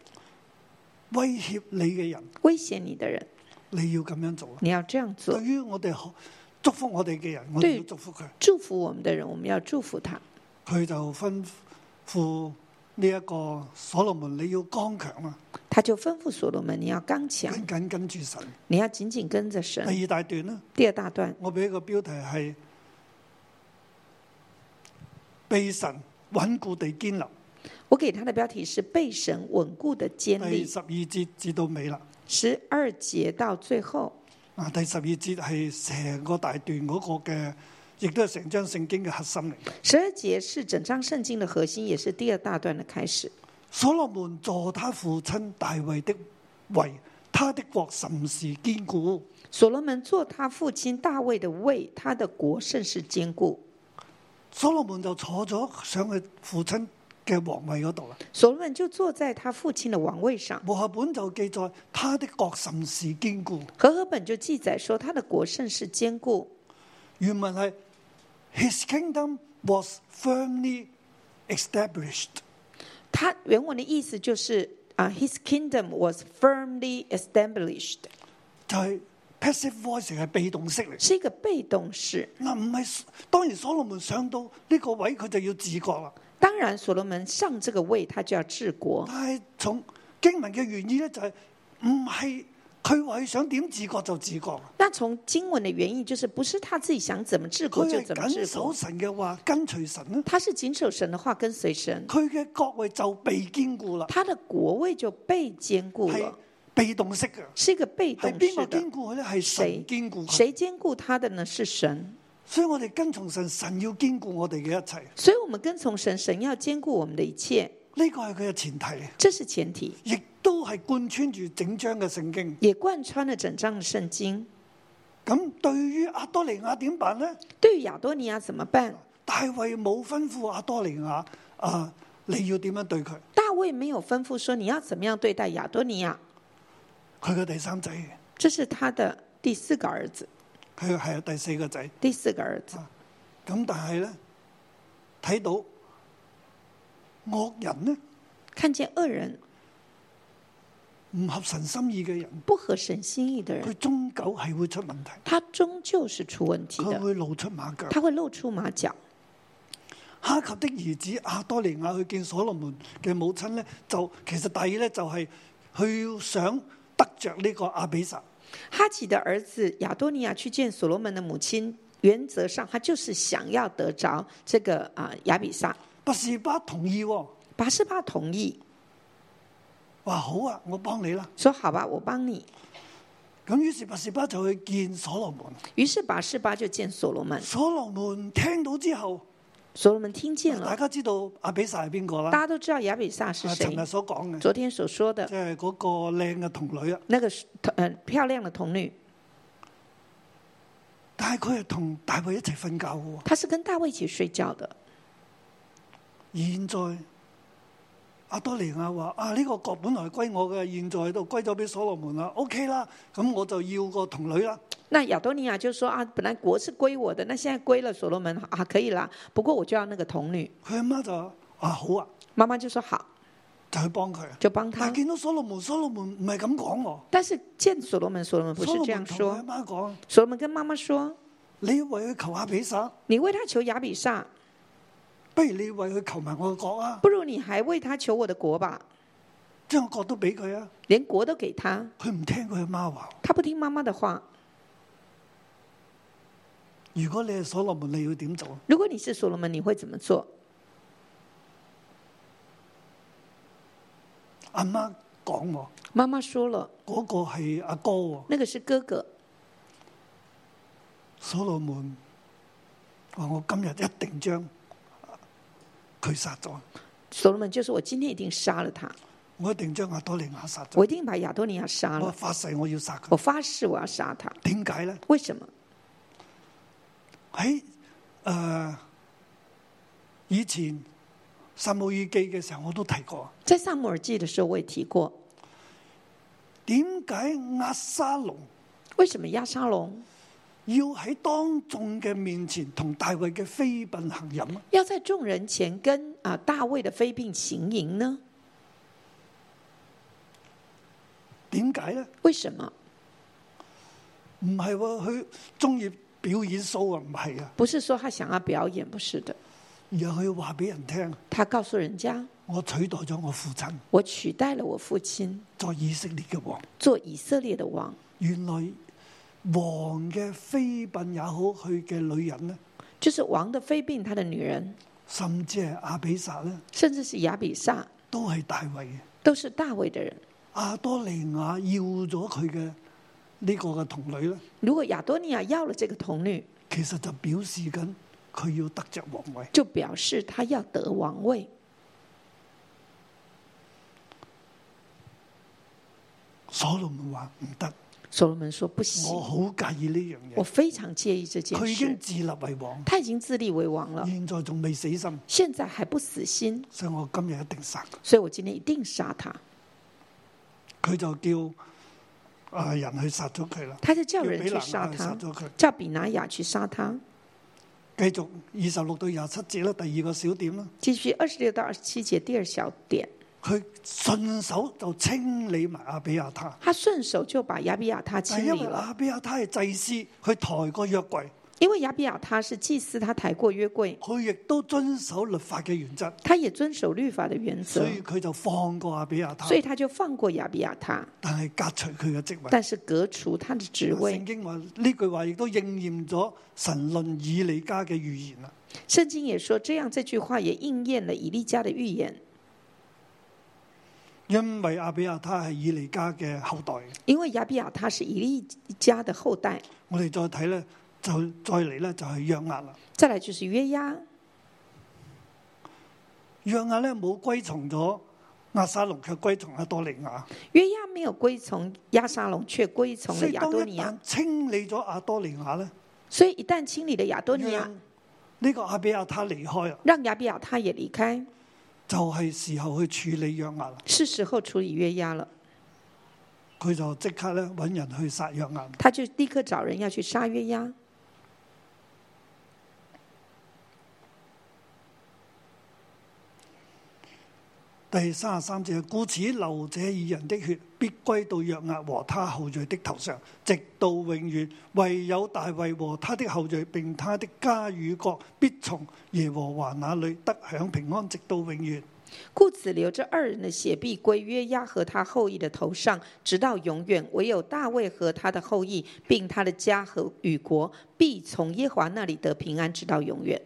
Speaker 2: 威脅你嘅人，
Speaker 3: 威胁你的人，
Speaker 2: 你要咁樣做。啊
Speaker 3: 你要这样做
Speaker 2: 對；於我哋好祝福我哋嘅人，我哋
Speaker 3: 對
Speaker 2: 要祝福佢。
Speaker 3: 祝福我们的人，我们要祝福他。
Speaker 2: 佢就吩咐呢一個所羅門，你要剛強啊，
Speaker 3: 他就吩咐所罗门：“你要刚强，
Speaker 2: 緊緊跟住神。
Speaker 3: 你要紧紧跟着神。
Speaker 2: 第二大段呢，”
Speaker 3: 第二大段，
Speaker 2: 我俾個標題係被神穩固地堅立。
Speaker 3: 我给他的标题是“被神稳固的坚
Speaker 2: 第
Speaker 3: 立
Speaker 2: 十二節至到尾啦，”。
Speaker 3: 十二节到最后，
Speaker 2: 啊，第十二節係成個大段嗰個嘅，亦都係成章聖經嘅核心嚟。
Speaker 3: 十二节是整章圣经的核心，也是第二大段的开始。
Speaker 2: 所羅門坐他父親大衛的位，他的國甚是堅固。
Speaker 3: 所罗门做他父亲大卫的位，他的国甚是坚固。
Speaker 2: 所羅門就坐咗上去父親嘅皇位嗰度啦。
Speaker 3: 所罗门就坐在他父亲的王位上。
Speaker 2: 和合本就記載他的國甚是堅固，
Speaker 3: 和合本就记载说，他的国甚是坚固。
Speaker 2: 原文係 His kingdom was firmly established，
Speaker 3: 它原文的意思就是啊、h i s kingdom was firmly established，
Speaker 2: 就係 passive voice 係被動式嚟。
Speaker 3: 是一个被动式。
Speaker 2: 嗱，唔係當然所羅門上到呢個位，佢就要自覺啦。
Speaker 3: 当然，所罗门上这个位，他就要治国。
Speaker 2: 但係從經文嘅原意咧，就係唔係佢話佢想點自覺就自覺，
Speaker 3: 那从经文的原意，就是不是他自己想怎么治国
Speaker 2: 佢
Speaker 3: 就
Speaker 2: 係
Speaker 3: 怎么治
Speaker 2: 緊守
Speaker 3: 国，
Speaker 2: 神嘅話，跟隨神啦，
Speaker 3: 他是谨守神的话，跟随神，
Speaker 2: 佢嘅國位就被堅固啦，
Speaker 3: 他的国位就被兼顾
Speaker 2: 係
Speaker 3: 了，
Speaker 2: 被動式嘅。
Speaker 3: 是一个被动
Speaker 2: 係邊個
Speaker 3: 式
Speaker 2: 堅
Speaker 3: 的。
Speaker 2: 固佢咧？係神
Speaker 3: 谁
Speaker 2: 堅固佢。
Speaker 3: 谁兼顾他的呢？是神。
Speaker 2: 所以我哋跟從神，神要堅固我哋嘅一切。
Speaker 3: 所以，我们跟从神，神要兼顾我们的一切，
Speaker 2: 呢個係佢嘅前提，
Speaker 3: 这是前提，
Speaker 2: 亦都係貫穿住整章嘅聖經。
Speaker 3: 也贯穿了整章的圣经。
Speaker 2: 咁對於阿多利亞點辦呢？
Speaker 3: 对于亚多尼亚怎么办？
Speaker 2: 大衛冇吩咐阿多利亞啊，你要點樣對佢？
Speaker 3: 大卫没有吩咐说你要怎么样对待亚多尼亚，
Speaker 2: 佢嘅第三仔，
Speaker 3: 这是他的第四个儿子，
Speaker 2: 佢係第四個仔。
Speaker 3: 第四个儿子。
Speaker 2: 咁但係呢，睇到惡人呢，
Speaker 3: 看见恶人
Speaker 2: 唔合神心意嘅人，
Speaker 3: 不合神心意的
Speaker 2: 佢
Speaker 3: 人，
Speaker 2: 終究係會出問題，
Speaker 3: 他终究是出问题
Speaker 2: 佢
Speaker 3: 的，
Speaker 2: 會露出馬腳。
Speaker 3: 他会露出马脚。
Speaker 2: 哈及的兒子亞多利亞去見所羅門嘅母親呢，就其實第二呢，就係佢想得着呢個阿比撒，
Speaker 3: 哈奇的儿子亚多尼亚去见所罗门的母亲，原则上他就是想要得着这个啊亚比萨。
Speaker 2: 拔士巴同意喎、
Speaker 3: 拔示巴同意，
Speaker 2: 話好啊，我幫你啦。
Speaker 3: 说好吧，我帮你。
Speaker 2: 咁於是拔士巴就去見所羅門，
Speaker 3: 于是拔示巴就见所罗门，
Speaker 2: 所羅門聽到之後，
Speaker 3: 所罗门听见
Speaker 2: 大
Speaker 3: 了，
Speaker 2: 家知道阿比撒係邊個
Speaker 3: 大
Speaker 2: 啦？
Speaker 3: 家都知道亚比萨是
Speaker 2: 啊，
Speaker 3: 谁
Speaker 2: 尋，日所講嘅，
Speaker 3: 昨天所说的
Speaker 2: 即係嗰個靚嘅童女啊。
Speaker 3: 那个呃漂亮的童女，
Speaker 2: 但係佢係同大衛一齊瞓覺嘅
Speaker 3: 她是跟大卫一起睡觉的。
Speaker 2: 喎。現在阿多利亞話：啊，呢、個國本來係歸我嘅，現在都歸咗俾所羅門啦。OK 啦，咁我就要個童女啦。
Speaker 3: 那亚多尼亚就说啊，本来国是归我的，那现在归了所罗门啊，可以啦。不过我就要那个童女。
Speaker 2: 佢阿媽就話：啊，好啊，
Speaker 3: 妈妈就说好，
Speaker 2: 就去幫佢。
Speaker 3: 就帮
Speaker 2: 但
Speaker 3: 他
Speaker 2: 係。見到所羅門，所羅門唔係咁講喎。
Speaker 3: 但是见所罗门，所罗门不是
Speaker 2: 所羅
Speaker 3: 这样
Speaker 2: 門同佢阿
Speaker 3: 说。
Speaker 2: 媽講：
Speaker 3: 所罗门跟妈妈说
Speaker 2: 你為佢求下比撒，：“
Speaker 3: 你为他求亚比萨，
Speaker 2: 不如你為佢求埋我個國啊，
Speaker 3: 不如你还为他求我的国吧，
Speaker 2: 將個國都俾佢啊。
Speaker 3: 连国都给他。
Speaker 2: 佢唔聽佢阿媽話。”
Speaker 3: 他不听妈妈的话。
Speaker 2: 如果你係所羅門，你要點做？啊
Speaker 3: 如果你是所罗门，你会怎么做？
Speaker 2: 阿媽講喎，
Speaker 3: 妈妈说了，
Speaker 2: 嗰、個係阿哥喎。
Speaker 3: 那个是哥哥。
Speaker 2: 所羅門話：我今日一定將佢殺咗，
Speaker 3: 所罗门就说：“我今天一定杀了他，
Speaker 2: 我一定將阿多利亞殺咗。
Speaker 3: 我一定把亚多尼亚杀
Speaker 2: 我
Speaker 3: 了，
Speaker 2: 發誓我要殺
Speaker 3: 我
Speaker 2: 佢。
Speaker 3: 发誓我要杀他。
Speaker 2: 點解咧？
Speaker 3: 为什么？
Speaker 2: 喺诶、呃以前撒母耳記嘅時候，我都提過，
Speaker 3: 在萨姆耳记的时候我也提过，
Speaker 2: 點解押沙龍
Speaker 3: 为什么亚沙龙
Speaker 2: 要喺當眾嘅面前同大衛嘅妃嫔行淫啊？
Speaker 3: 要在众人前跟啊大卫的妃嫔行淫呢？
Speaker 2: 點解咧？
Speaker 3: 为什么？
Speaker 2: 唔係喎，佢中意表演 show 啊，唔係啊，
Speaker 3: 不是说他想要表演，不是的，
Speaker 2: 而係佢話俾人聽，
Speaker 3: 他告诉人家
Speaker 2: 我取代咗我父親。
Speaker 3: 我取代了我父亲
Speaker 2: 作以色列嘅王。
Speaker 3: 做以色列的王。
Speaker 2: 原來王嘅妃嫔也好，佢嘅女人呢，
Speaker 3: 就是王的妃嫔，他的女人，
Speaker 2: 甚至係阿比撒呢，
Speaker 3: 甚至是亚比萨，
Speaker 2: 都係大衛嘅。
Speaker 3: 都是大卫的人。
Speaker 2: 亞多利亞要咗佢嘅呢個嘅童女呢，
Speaker 3: 如果亚多尼亚要了这个童女，
Speaker 2: 其實就表示緊佢要得着王位。
Speaker 3: 就表示他要得王位。
Speaker 2: 所羅門話唔得，
Speaker 3: 所罗门说不行
Speaker 2: 我，好介意呢樣
Speaker 3: 我
Speaker 2: 嘢。
Speaker 3: 非常啊介意这件
Speaker 2: 哦佢已經
Speaker 3: 事。
Speaker 2: 自立為王，
Speaker 3: 他已经自立为王了，
Speaker 2: 現在仲未死心，
Speaker 3: 现在还不死心，
Speaker 2: 所以我今日一定殺佢。
Speaker 3: 所以我今天一定杀他。
Speaker 2: 佢就叫啊人去殺咗佢啦，
Speaker 3: 他就叫
Speaker 2: 叫
Speaker 3: 人
Speaker 2: 比
Speaker 3: 去
Speaker 2: 拿
Speaker 3: 杀
Speaker 2: 去殺
Speaker 3: 他，
Speaker 2: 咗佢。
Speaker 3: 叫比拿雅去杀他。
Speaker 2: 繼續二十六到廿七節啦，第二個小點啦，
Speaker 3: 继续二十六到二十七节第二小点，
Speaker 2: 佢順手就清理埋阿比亞他。
Speaker 3: 他顺手就把亚比亚他
Speaker 2: 但係
Speaker 3: 清
Speaker 2: 因
Speaker 3: 理
Speaker 2: 為
Speaker 3: 了，
Speaker 2: 阿比亞他係祭司，佢抬個約櫃，
Speaker 3: 因为亚比亚他是祭司，他抬过约柜，
Speaker 2: 佢亦都遵守律法嘅原則，
Speaker 3: 他也遵守律法的原则
Speaker 2: 所，以佢就放過阿比亞他
Speaker 3: 啊所，以他就放过亚比亚他，
Speaker 2: 但係革除佢嘅職位。
Speaker 3: 但是革除他的职位
Speaker 2: 聖。經話呢句話亦都應驗咗神論以利家嘅預言啦。
Speaker 3: 圣经也说，这样这句话也应验了以利家的预言，
Speaker 2: 因為阿比亞他係以利家嘅後代嘅。
Speaker 3: 因为亚比亚他是以利家的后代。
Speaker 2: 我哋再睇咧，就再嚟咧就係約押啦。
Speaker 3: 再来就是约押，
Speaker 2: 約押咧冇歸從咗亞沙龍，卻歸從阿多利亞。
Speaker 3: 约押没有归從押沙龙，却归從
Speaker 2: 所
Speaker 3: 了
Speaker 2: 以
Speaker 3: 亚
Speaker 2: 當
Speaker 3: 多尼
Speaker 2: 一
Speaker 3: 亚
Speaker 2: 旦。清理咗阿多利亞咧，
Speaker 3: 所以一旦清理了亚多尼亚
Speaker 2: 讓，呢個阿比亞他離開啦，
Speaker 3: 让亚比亚他也离开，
Speaker 2: 就係時候去處理約押啦。
Speaker 3: 是时候处理约押了。
Speaker 2: 佢就即刻咧揾人去殺約押。
Speaker 3: 他就立刻找人要去杀约押。
Speaker 2: 第三十三節，故此流這二人的血，必歸到約押和他後裔的頭上，直到永遠。唯有大衛和他的後裔並他的家與國，必從耶和華那裏得享平安，直到永遠。
Speaker 3: 故此流这二人的血必归约押和他后裔的头上，直到永远。唯有大卫和他的后裔，并他的家和与国，必从耶和华那里得平安，直到永远。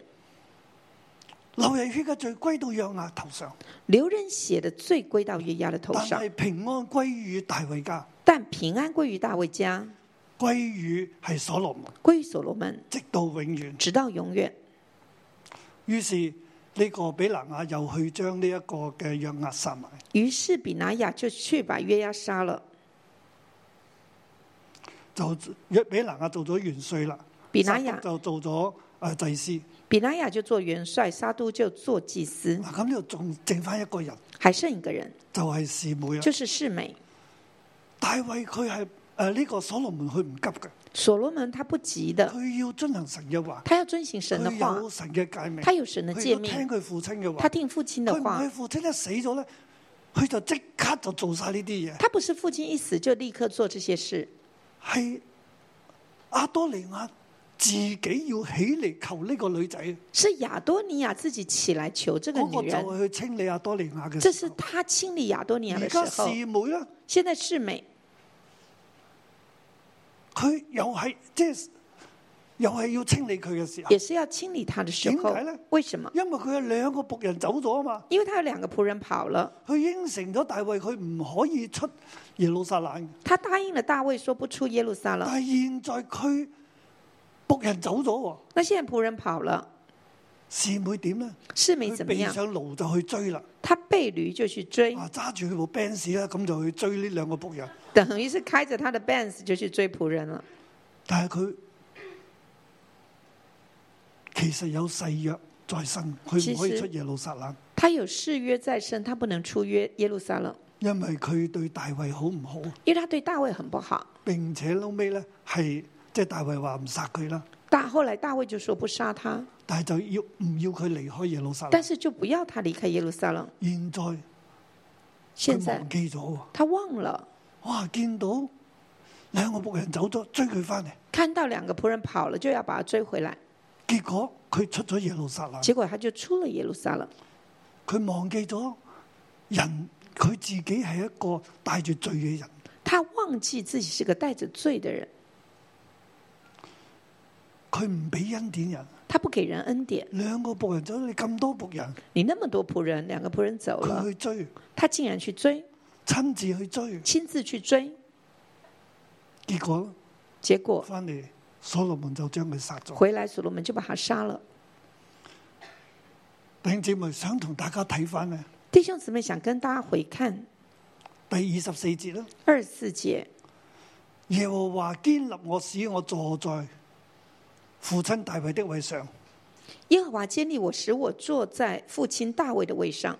Speaker 2: 流人血嘅罪歸到約押頭上，
Speaker 3: 流人血的罪归到约押的头
Speaker 2: 但
Speaker 3: 上
Speaker 2: 係，平安歸於大衛家，
Speaker 3: 但平安归于大卫家，
Speaker 2: 歸於係所羅門，
Speaker 3: 归于所罗门，
Speaker 2: 直到永遠。
Speaker 3: 直到永远。
Speaker 2: 於是呢個比拿雅又去將呢一個嘅約押殺埋。
Speaker 3: 于是比拿雅就去把约押杀了。
Speaker 2: 就約比拿雅做咗元帥啦，
Speaker 3: 比拿雅
Speaker 2: 撒督就做咗誒祭司。
Speaker 3: 比拿雅就做元帅，撒都就做祭司，
Speaker 2: 嗱，咁呢度仲剩翻一個人，
Speaker 3: 还剩一个人，
Speaker 2: 就係示每啦
Speaker 3: 就。是世美。
Speaker 2: 大衛佢係誒呢個所羅門，佢唔急嘅，
Speaker 3: 所罗门他不急的，
Speaker 2: 佢要遵行神嘅話，
Speaker 3: 他要遵行神的
Speaker 2: 佢
Speaker 3: 话
Speaker 2: 有，神嘅誡命，
Speaker 3: 他有神的
Speaker 2: 佢要
Speaker 3: 诫
Speaker 2: 聽
Speaker 3: 命，
Speaker 2: 佢父親嘅
Speaker 3: 他
Speaker 2: 話。
Speaker 3: 听父亲
Speaker 2: 佢
Speaker 3: 的
Speaker 2: 唔
Speaker 3: 话
Speaker 2: 佢。父親一死咗咧，佢就即刻就做晒呢啲嘢。
Speaker 3: 他不是父亲一死就立刻做这些事，
Speaker 2: 係阿多利亞自己要起嚟求呢個女仔，嗰、
Speaker 3: 是亚多尼亚自己起来求这个
Speaker 2: 個
Speaker 3: 女
Speaker 2: 就
Speaker 3: 人。
Speaker 2: 係去清理阿多利亞嘅
Speaker 3: 这是
Speaker 2: 時候。
Speaker 3: 他清理亚多尼亚
Speaker 2: 而
Speaker 3: 的
Speaker 2: 家
Speaker 3: 时
Speaker 2: 示
Speaker 3: 候。
Speaker 2: 妹咧，
Speaker 3: 现在世美
Speaker 2: 佢又係即係又係要清理佢嘅時候
Speaker 3: 也，是要清理他的时候
Speaker 2: 点解呢，
Speaker 3: 为什么？
Speaker 2: 因為佢有兩個仆人走咗啊嘛。
Speaker 3: 因为他有两个仆人跑了，
Speaker 2: 佢應承咗大衛，佢唔可以出耶路撒冷嘅。
Speaker 3: 他答应了大卫说不出耶路撒冷，
Speaker 2: 但係現在佢仆人走咗喎，
Speaker 3: 那现在仆人跑了，
Speaker 2: 示妹點咧？
Speaker 3: 世美
Speaker 2: 佢
Speaker 3: 怎么哎
Speaker 2: 避
Speaker 3: 样？
Speaker 2: 上路就去追啦，
Speaker 3: 他背驴就去追，
Speaker 2: 啊揸住佢部 Benz 啦，咁就去追呢兩個仆人。
Speaker 3: 等于是开着他的 Benz 就去追仆人了。
Speaker 2: 但係佢其實有誓約在身，佢唔可以出耶路撒冷，
Speaker 3: 他有誓约在身，他不能出约耶路撒冷，
Speaker 2: 因為佢對大衛好唔好，
Speaker 3: 因为他对大卫很不好。
Speaker 2: 並且後尾咧係即係大衛話唔殺佢啦，
Speaker 3: 大后来大卫就说不杀他，
Speaker 2: 但係就要唔要佢離開耶路撒冷
Speaker 3: 但？是就不要他离开耶路撒冷。
Speaker 2: 現在。
Speaker 3: 现
Speaker 2: 佢
Speaker 3: 在
Speaker 2: 忘記咗喎，
Speaker 3: 他忘了，
Speaker 2: 哇！見到兩個仆人走咗，追佢翻嚟，
Speaker 3: 看到两个仆人跑了，就要把他追回来，
Speaker 2: 結果佢出咗耶路撒冷，
Speaker 3: 结果他就出了耶路撒冷。
Speaker 2: 佢忘記咗人，佢自己係一個帶住罪嘅人，
Speaker 3: 他忘记自己是个带着罪的人，
Speaker 2: 佢唔俾恩典人。
Speaker 3: 他不给人恩典。
Speaker 2: 兩個仆人走咗，你咁多仆人，
Speaker 3: 你那么多仆人，两个仆人走
Speaker 2: 佢
Speaker 3: 了，
Speaker 2: 去追，
Speaker 3: 他竟然去追，
Speaker 2: 親自去追，
Speaker 3: 亲自去追，
Speaker 2: 結果
Speaker 3: 结果
Speaker 2: 翻嚟，所羅門就將佢殺咗。
Speaker 3: 回来所罗门就把他杀了。
Speaker 2: 弟兄姊妹想同大家睇翻咧，
Speaker 3: 弟兄姊妹想跟大家回看
Speaker 2: 第二十四節啦，
Speaker 3: 二十四节，
Speaker 2: 耶和華堅立我，使我坐在父親大衛的位上。
Speaker 3: 耶和华建立我，使我坐在父亲大卫的位上。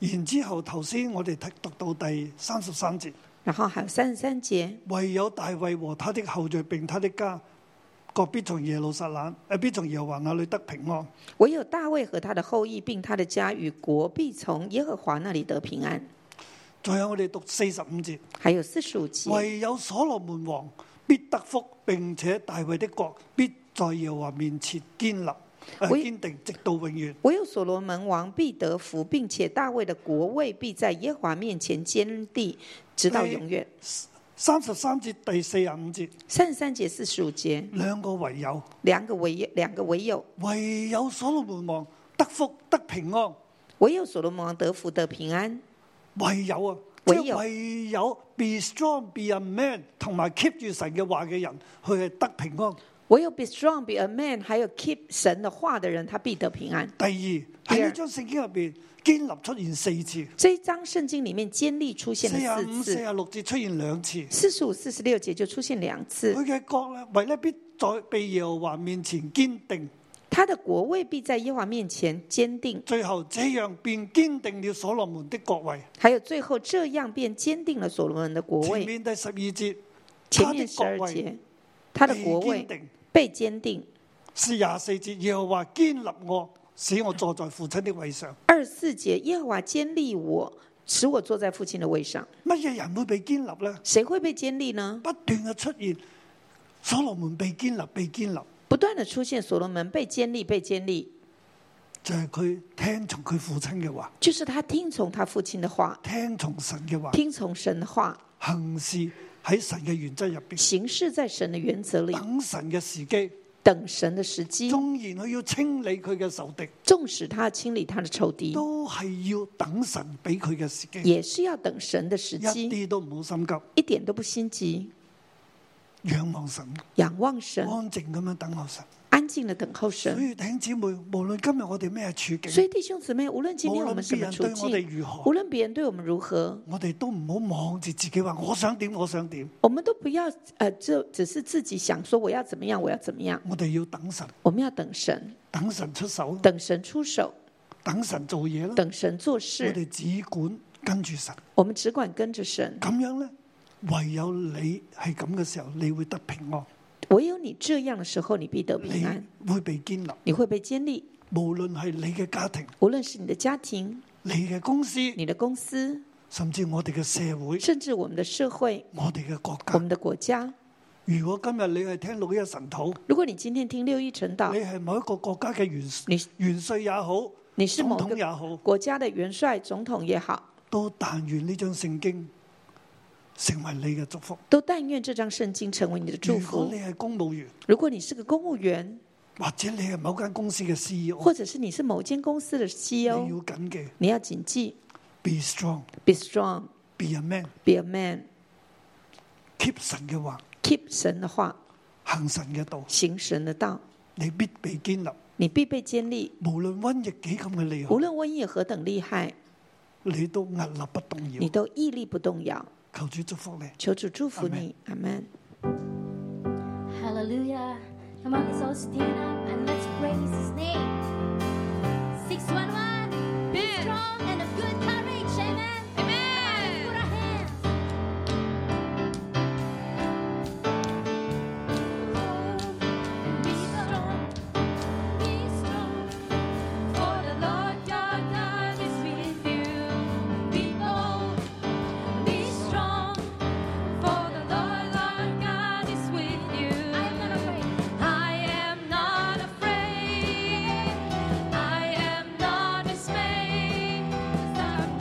Speaker 2: 然之後，頭先我哋睇讀到第三十三節，
Speaker 3: 然后还有三十三节，
Speaker 2: 唯有大衛和他的後裔並他的家國必從耶路撒冷，誒必從耶和華那裏得平安。
Speaker 3: 唯有大卫和他的后裔，并他的家与国，必从耶和华那里得平安。
Speaker 2: 再有我哋讀四十五節，
Speaker 3: 还有四十五节，
Speaker 2: 唯有所羅門王必得福，並且大衛的國必在耶和華面前堅立，誒、
Speaker 3: 喂
Speaker 2: 堅定，直到永遠。
Speaker 3: 唯有所罗门王必得福，并且大卫的国位必在耶和华面前坚定，直到永远。
Speaker 2: 三十三節第四十五節，
Speaker 3: 三十三节、四十五节，
Speaker 2: 兩個唯有，
Speaker 3: 两个唯两个唯有，
Speaker 2: 唯有所羅門王得福得平安，
Speaker 3: 唯有所罗门王得福得平安，
Speaker 2: 唯有啊，即
Speaker 3: 唯有
Speaker 2: 係唯有 be strong be a man，同埋 keep 住神嘅話嘅人，佢係得平安。
Speaker 3: 唯有 be strong be a man，还有 keep 神的话的人，他必得平安。
Speaker 2: 第二
Speaker 3: 第
Speaker 2: 喺
Speaker 3: 二
Speaker 2: 呢章聖經入边，堅立出現四次，
Speaker 3: 这一章圣经里面坚立出现
Speaker 2: 四
Speaker 3: 了
Speaker 2: 十五、
Speaker 3: 四
Speaker 2: 四
Speaker 3: 次，
Speaker 2: 十六節出現兩次。
Speaker 3: 四十五、四十六节就出现两次。
Speaker 2: 佢嘅國咧，為咧必在被耶和華面前堅定。
Speaker 3: 他的国位必在耶和华面前坚定，
Speaker 2: 最後這樣便堅定了所羅門的國位。
Speaker 3: 还有最后这样便坚定了所罗门的国
Speaker 2: 前
Speaker 3: 位。
Speaker 2: 面第十二節，
Speaker 3: 前
Speaker 2: 他的
Speaker 3: 面十
Speaker 2: 國
Speaker 3: 二
Speaker 2: 位
Speaker 3: 节，他的国
Speaker 2: 被堅
Speaker 3: 位
Speaker 2: 定。
Speaker 3: 被坚定。
Speaker 2: 是廿四節，耶和華堅立我，使我坐在父親的位上。
Speaker 3: 二十四节，耶和华坚立我，使我坐在父亲的位上。
Speaker 2: 乜嘢人會被堅立呢？
Speaker 3: 谁会被坚立呢？
Speaker 2: 不斷嘅出現，所羅門被堅立，被堅立，
Speaker 3: 不断的出现所罗门被坚立，被坚立，
Speaker 2: 就係佢聽從佢父親嘅話，
Speaker 3: 就是他听从他父亲的话，
Speaker 2: 聽從神嘅話，
Speaker 3: 听从神的话，
Speaker 2: 行事喺神嘅原則入边，
Speaker 3: 行事在神的原则里，
Speaker 2: 等神嘅時機。
Speaker 3: 等神的时机。
Speaker 2: 縱然佢要清理佢嘅仇敵，
Speaker 3: 纵使他清理他的仇敌，
Speaker 2: 都係要等神俾佢嘅時機，
Speaker 3: 也是要等神的时
Speaker 2: 一
Speaker 3: 机，
Speaker 2: 啲都唔好心急，
Speaker 3: 一点都不心急。
Speaker 2: 仰望神，
Speaker 3: 仰望神，
Speaker 2: 安靜咁樣等候神。
Speaker 3: 安静的等候
Speaker 2: 哦所
Speaker 3: 神。
Speaker 2: 以弟兄姊妹，無論今日我哋咩處境
Speaker 3: 所。以弟兄姊妹，无论今天
Speaker 2: 無論
Speaker 3: 我们什
Speaker 2: 別
Speaker 3: 么
Speaker 2: 人
Speaker 3: 处
Speaker 2: 對我哋
Speaker 3: 境，
Speaker 2: 如何
Speaker 3: 无，论别人对我们如何，
Speaker 2: 我哋都唔好望住自己話我想點，我想點。
Speaker 3: 我们都不要呃，就只是自己想说我要怎么样，我要怎么样。
Speaker 2: 我哋要等神，
Speaker 3: 我们要等神，
Speaker 2: 等神出手，
Speaker 3: 等神出手，
Speaker 2: 等神做嘢啦。
Speaker 3: 等神做
Speaker 2: 我
Speaker 3: 事。
Speaker 2: 哋只管跟住神，
Speaker 3: 我们只管跟着神。
Speaker 2: 咁樣呢，唯有你係咁嘅時候，你會得平安，
Speaker 3: 唯有你这样的时候，你必得平安，
Speaker 2: 你會被建立。
Speaker 3: 你会被建立。
Speaker 2: 無論係你嘅家庭、
Speaker 3: 无论是你的家庭、
Speaker 2: 你嘅公司，
Speaker 3: 你的公司，
Speaker 2: 甚至我哋嘅社會、
Speaker 3: 甚至我们的社会、
Speaker 2: 我哋嘅國
Speaker 3: 我
Speaker 2: 家。
Speaker 3: 们的国家。
Speaker 2: 如果今日你係聽六一神土，
Speaker 3: 如果你今天听六一晨祷
Speaker 2: 你，係某一個國家嘅元
Speaker 3: 啊你
Speaker 2: 元帥也好，
Speaker 3: 你是某
Speaker 2: 總
Speaker 3: 一
Speaker 2: 統也
Speaker 3: 个
Speaker 2: 好。
Speaker 3: 国家的元帅、总统也好，
Speaker 2: 都但願呢張聖經成為你嘅祝福。
Speaker 3: 都但愿这张圣经成为你的祝
Speaker 2: 如
Speaker 3: 福
Speaker 2: 果你。係公務員，
Speaker 3: 如果你是个公务员，
Speaker 2: 或者你係某間公司嘅 CEO，
Speaker 3: 或者是你是某间公司的
Speaker 2: 你要
Speaker 3: CEO，
Speaker 2: 緊嘅
Speaker 3: 你要谨记
Speaker 2: ，be strong，be
Speaker 3: ：be strong,
Speaker 2: a man，keep
Speaker 3: be a man,
Speaker 2: 神嘅話，
Speaker 3: keep 神的话，
Speaker 2: 行神嘅道，
Speaker 3: 行神的道，
Speaker 2: 你必被建立。
Speaker 3: 你必被建立。
Speaker 2: 無論瘟疫幾咁嘅厲
Speaker 3: 无
Speaker 2: 害，
Speaker 3: 论瘟疫何等厉害，
Speaker 2: 你都屹立不動
Speaker 3: 你
Speaker 2: 搖。
Speaker 3: 都屹立不动摇。
Speaker 2: 求主祝福你。
Speaker 3: 求主祝福你，阿门。
Speaker 4: Hallelujah. Come on, let's all stand up and let's praise his name. 611. Be strong and of good courage. Amen. Amen. Put our hands. Be strong. Be strong. For the Lord your God is with you. Be bold. Be strong. For the Lord, Lord God is with you. I am not afraid. I am not afraid. I am not dismayed. Oh,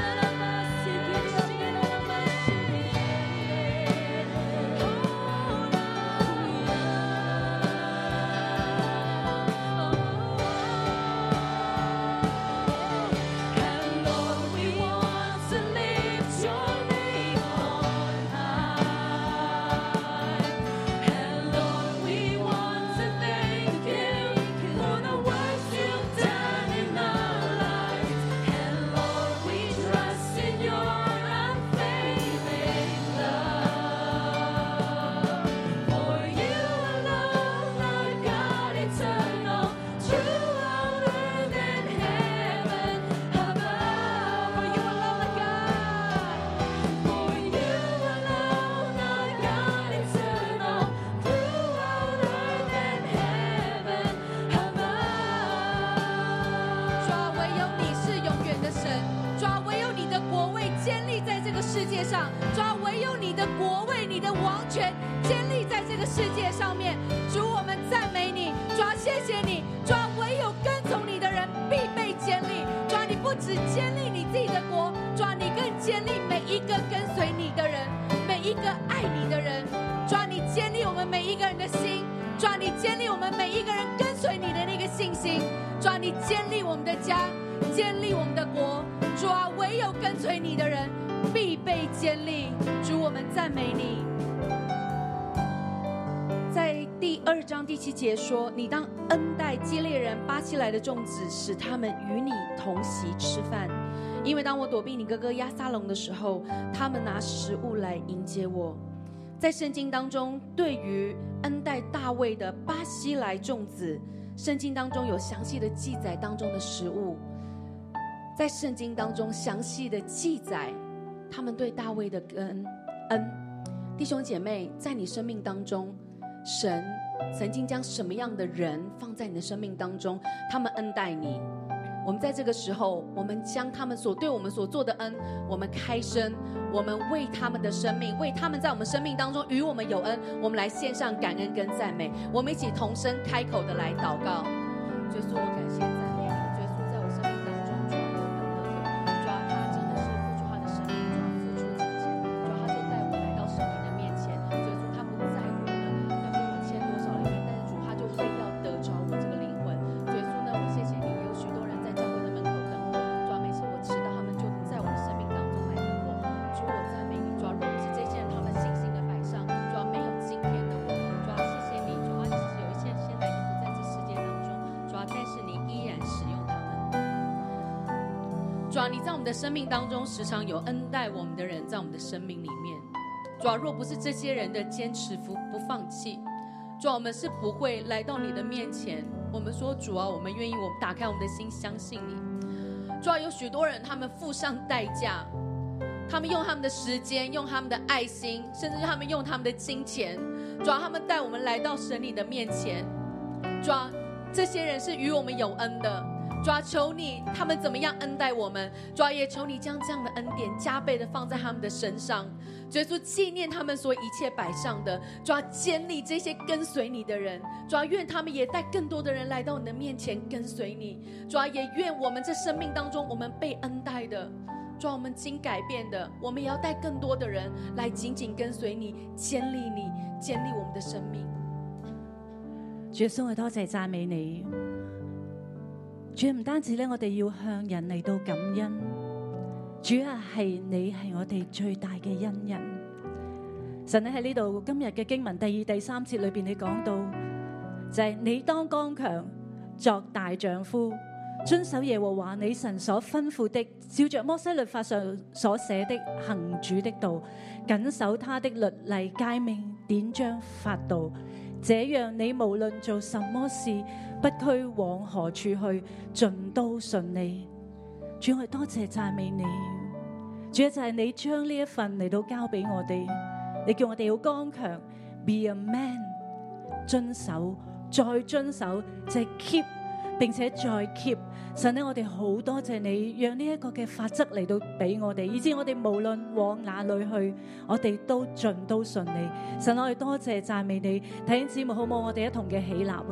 Speaker 4: Oh, oh, 啊这个世界上，主要唯有你的国位、你的王权建立在这个世界上面。主，我们赞美你，主要谢谢你，主啊要唯有跟从你的人必被建立。主啊要你不只建立你自己的国，主要你更建立每一个跟随你的人，每一个爱你的人。主要你建立我们每一个人的心，主要你建立我们每一个人跟随你的那个信心。主啊，你建立我们的家，建立我们的国。主啊，唯有跟随你的人必被建立。主，我们赞美你。在第二章第七节说：“你当恩待基列人、巴西来的众子，使他们与你同席吃饭。因为当我躲避你哥哥亚撒龙的时候，他们拿食物来迎接我。”在圣经当中，对于恩待大卫的巴西来众子，圣经当中有详细的记载当中的食物，在圣经当中详细的记载他们对大卫的恩恩。弟兄姐妹，在你生命当中，神曾经将什么样的人放在你的生命当中，他们恩待你。我们在这个时候，我们将他们所对我们所做的恩，我们开声，我们为他们的生命，为他们在我们生命当中与我们有恩，我们来献上感恩跟赞美。我们一起同声开口的来祷告。耶稣，我感谢赞美你。耶稣在我生命当中主有恩的人，主要他真的是付出他的生命，主要付出自己，主要他就带我来到神明的面前。耶稣他不在乎呢，要给我欠多少的恩，但是主他就非要得着我这个灵魂。耶稣呢，我谢谢你，有许多人在教会的门口等我，主要啊每次我迟到，他们就在我的生命当中来等我。主我赞美你，主要若不是这些人他们信心的摆上，主要没有今天的我。主要啊谢谢你，主要即使有一些现在已经不在这世界当中。主啊，但是你依然使用他们。主啊，你在我们的生命当中时常有恩待我们的人，在我们的生命里面。主啊，若不是这些人的坚持不不放弃，主啊，我们是不会来到你的面前。我们说，主啊，我们愿意，我们打开我们的心，相信你。主啊，有许多人他们付上代价，他们用他们的时间，用他们的爱心，甚至他们用他们的金钱，主啊，他们带我们来到神你的面前。主啊，这些人是与我们有恩的。主啊，求你他们怎么样恩待我们，主啊，也求你将这样的恩典加倍的放在他们的身上。主耶稣纪念他们所一切摆上的，主啊，建立这些跟随你的人，主啊，愿他们也带更多的人来到你的面前跟随你，主啊，也愿我们这生命当中我们被恩待的。主啊，我们经改变的，我们也要带更多的人来紧紧跟随你，建立你，建立我们的生命。
Speaker 5: 主耶穌，我多謝讚美你。主唔單止咧，我哋要向人嚟到感恩。主啊，係你係我哋最大嘅恩人。神你喺呢度今日嘅經文第二、第三節裏边，你講到就係你當剛強，作大丈夫，遵守耶和華你神所吩咐的，照着摩西律法上所寫的行主的道，謹守他的律例、誡命、典章、法度。这样你无论做什么事，不拘往何处去，尽都顺利。主，我哋多谢赞美你。主啊，就系你将呢一份嚟到交俾我哋，你叫我哋要刚强，be a man，遵守，再遵守，就系、keep，并且再 keep。神呢，我哋好多谢你，让呢一个嘅法则嚟到俾我哋，以致我哋无论往哪里去，我哋都尽都顺利。神，我哋多謝讚美你，弟兄姊妹好唔好？我哋一同嘅起立啊！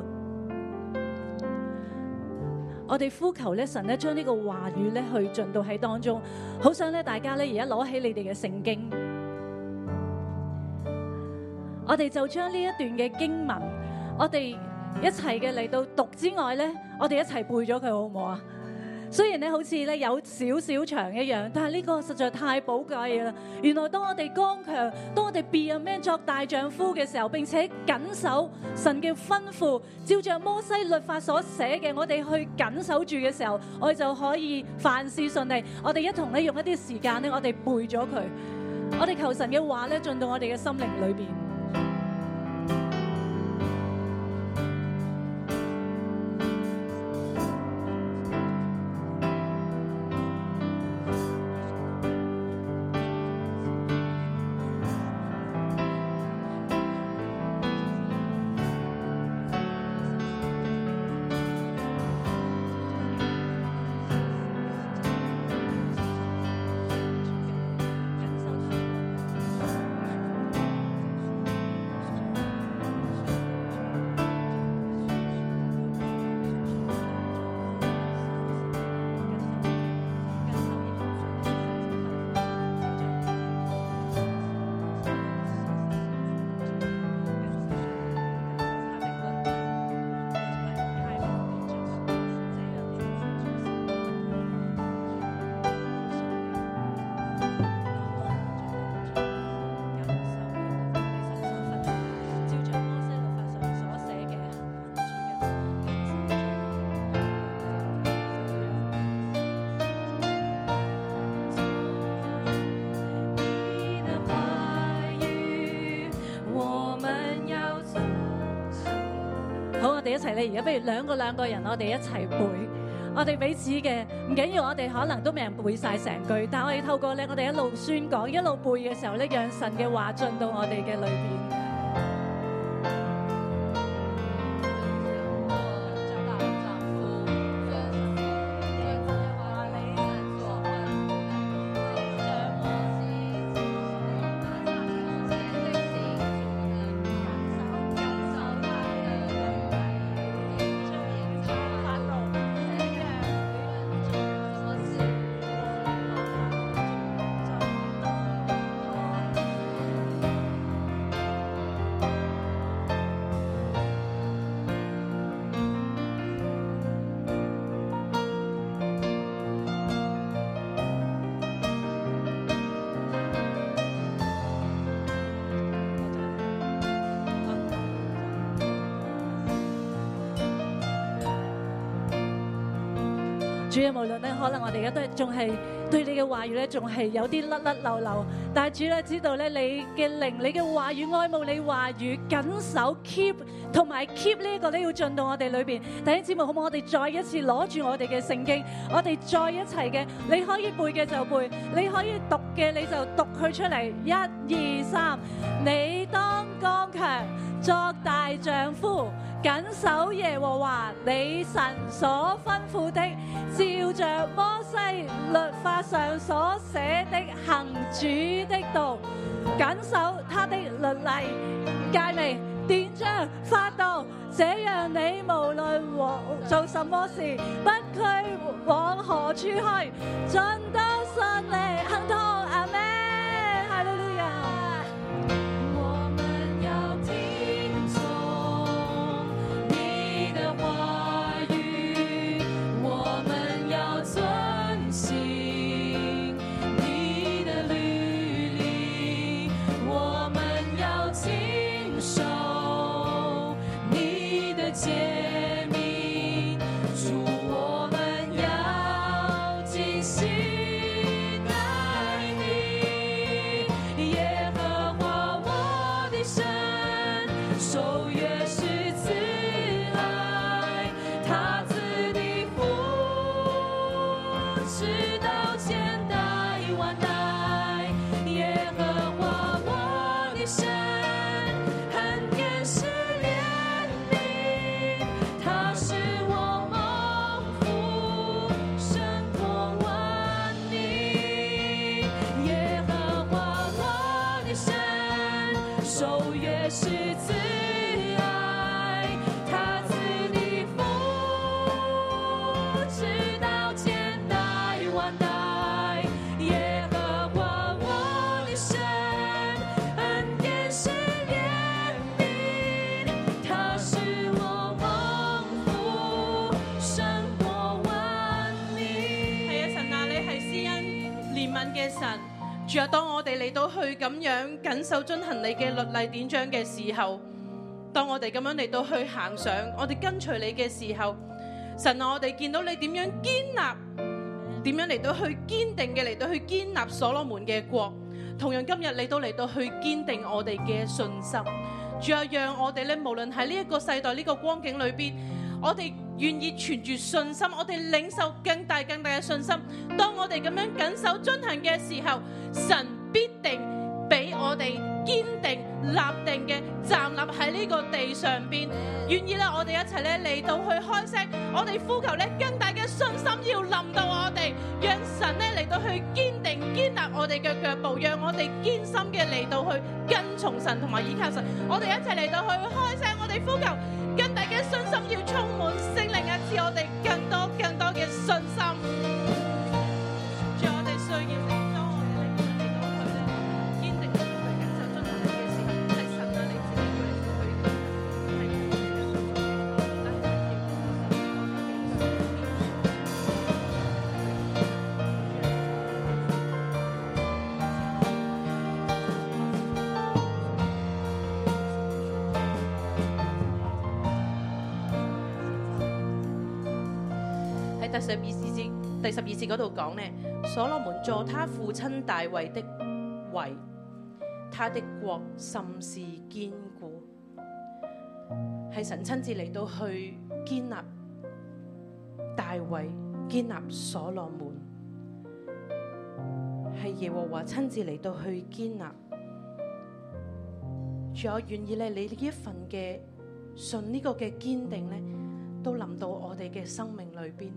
Speaker 5: 我哋呼求咧，神咧將呢個話語咧去進到喺當中，好想咧大家咧而家攞起你哋嘅聖經，我哋就將呢一段嘅經文，我哋一齊嘅嚟到讀之外咧，我哋一齊背咗佢好唔好啊？雖然咧好似咧有少少長一樣，但係呢個實在太寶貴啦！原來當我哋剛強，當我哋 be a man 作大丈夫嘅時候，並且緊守神嘅吩咐，照着摩西律法所寫嘅，我哋去緊守住嘅時候，我哋就可以凡事順利。我哋一同咧用一啲時間咧，我哋背咗佢，我哋求神嘅話咧進到我哋嘅心靈裏邊。
Speaker 4: 我
Speaker 5: 一齊咧，而家不如兩個兩個人，我哋一齊背。我哋彼此嘅唔緊要，我哋可能都未人背晒成句，但我哋透過咧，我哋一路宣講，一路背嘅時候咧，讓神嘅話進到我哋嘅裏邊。主啊，無論咧，可能我哋而家都係仲係對你嘅話語咧，仲係有啲甩甩漏漏。但係主咧，知道咧你嘅靈，你嘅話語，愛慕你話語，緊守 keep 同埋 keep 呢一個咧，要進到我哋裏邊。弟兄姊妹，好唔好？我哋再一次攞住我哋嘅聖經，我哋再一齊嘅，你可以背嘅就背，你可以讀嘅你就讀佢出嚟。一、二、三，你當剛強，作大丈夫。謹守耶和華你神所吩咐的，照着摩西律法上所寫的行主的道，謹守他的律例、誡命、典章、法度，這樣你無論和做什麼事，不拘往何處去，盡都順利亨通。阿門，哈利路亞。
Speaker 4: 我们要听从你的话语，我们要遵行你的律例，我们要谨守你的诫命。主，我们要尽心爱你，耶和华我的神，守约是慈爱，他赐的福直到千代万代。耶和华我的神，恩典是怜悯，他使我蒙福，胜过万民。耶和华我的神，守约是慈爱，他赐的福直到千代万代。耶和华我的神，恩典是怜悯，他使我蒙福，胜过万民。
Speaker 6: 系啊，神啊，你係施恩憐憫嘅神。主啊，當我哋嚟到去咁樣緊守遵行你嘅律例典章嘅時候，當我哋咁樣嚟到去行上，我哋跟隨你嘅時候，神啊，我哋見到你點樣堅立，點樣嚟到去堅定嘅嚟到去堅立所羅門嘅國。同樣今日你都嚟到去堅定我哋嘅信心。主啊，讓我哋咧，無論喺呢一個世代呢、個光景裏邊，我哋願意存住信心，我哋領受更大更大嘅信心。當我哋咁樣緊守遵行嘅時候，神必定俾我哋堅定立定嘅站立喺呢個地上邊。願意咧，我哋一齊咧嚟到去開聲，我哋呼求咧更大嘅信心要臨到我哋，讓神咧嚟到去堅定堅立我哋嘅腳步，讓我哋堅心嘅嚟到去跟從神同埋依靠神。我哋一齊嚟到去開聲，我哋呼求更大嘅信心要充滿聖靈啊，賜我哋更多更多嘅信心。主，我哋需要你，當我哋嚟到嚟到去咧。堅定去緊守遵行你嘅時候，係神啊！你自己要嚟到去，係你嘅信心，但係要堅守。喺第十二節第十二節嗰度講呢，所羅門做他父親大衛的為，他的國甚是堅固。
Speaker 4: 係神親自嚟到去建立大衛，建立所羅門，係耶和華親自嚟到去建立。仲有啊願意咧，你呢一份嘅信呢個嘅堅定咧，都臨到我哋嘅生命裏邊。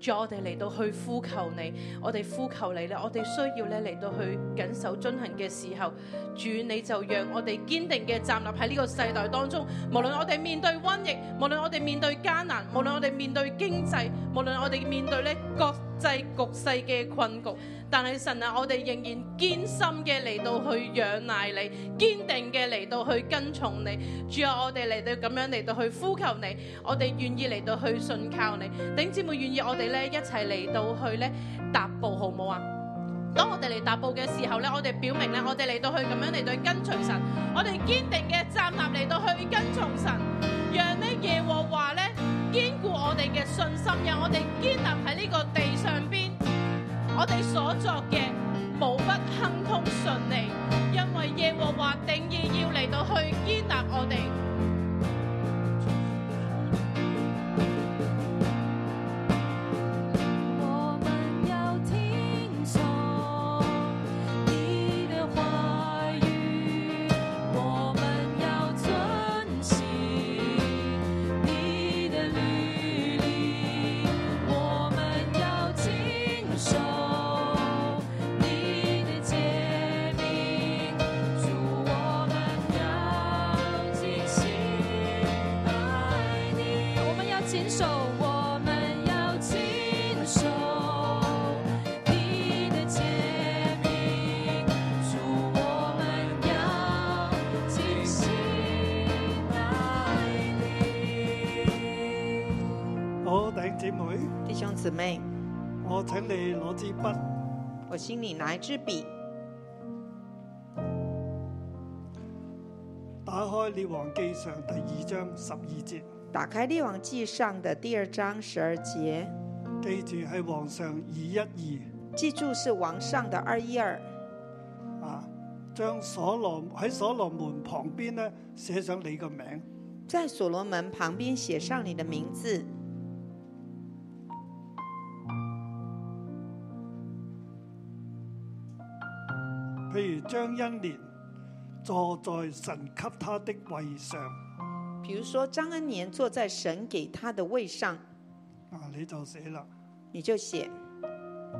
Speaker 4: 主，啊我哋嚟到去呼求你，我哋呼求你咧，我哋需要咧嚟到去緊守遵行嘅時候，主你就讓我哋堅定嘅站立喺呢個世代當中。無論我哋面對瘟疫，無論我哋面對艱難，無論我哋面對經濟，無論我哋面對咧國際局勢嘅困局，但係神啊，我哋仍然堅心嘅嚟到去仰賴你，堅定嘅嚟到去跟從你。主啊，我哋嚟到咁樣嚟到去呼求你，我哋願意嚟到去信靠你。頂姊妹願意我哋咧一齊嚟到去咧踏步，好唔好啊？當我哋嚟踏步嘅時候咧，我哋表明咧，我哋嚟到去咁樣嚟到去跟隨神，我哋堅定嘅站立嚟到去跟從神，讓呢耶和華咧堅固我哋嘅信心，讓我哋堅立喺呢個地上邊，我哋所作嘅無不亨通順利，因為耶和華定義要嚟到去堅立我哋。
Speaker 5: 我们要听从你的话语，我们要遵行你的律例，我们要谨守你的诫命。主，我们要尽心爱你，我们要谨守，我们要谨守你的诫命。主，我们要尽心爱你。
Speaker 2: 好，弟兄姊妹，
Speaker 3: 弟兄姊妹，
Speaker 2: 我請你攞支筆，
Speaker 3: 我心里拿一支笔，
Speaker 2: 打開《列王記上》第二章十二節，
Speaker 3: 打开《列王记上》的第二章十二节，
Speaker 2: 記住係皇上二一二
Speaker 3: 记住是王上的二一二，
Speaker 2: 啊，將所羅喺所羅門旁邊咧寫上你個名。
Speaker 3: 在所罗门旁边写上你的名字。
Speaker 2: 譬如張恩年坐在神給他的位上，
Speaker 3: 比如说张恩年坐在神给他的位上，
Speaker 2: 啊你就寫啦。
Speaker 3: 你就写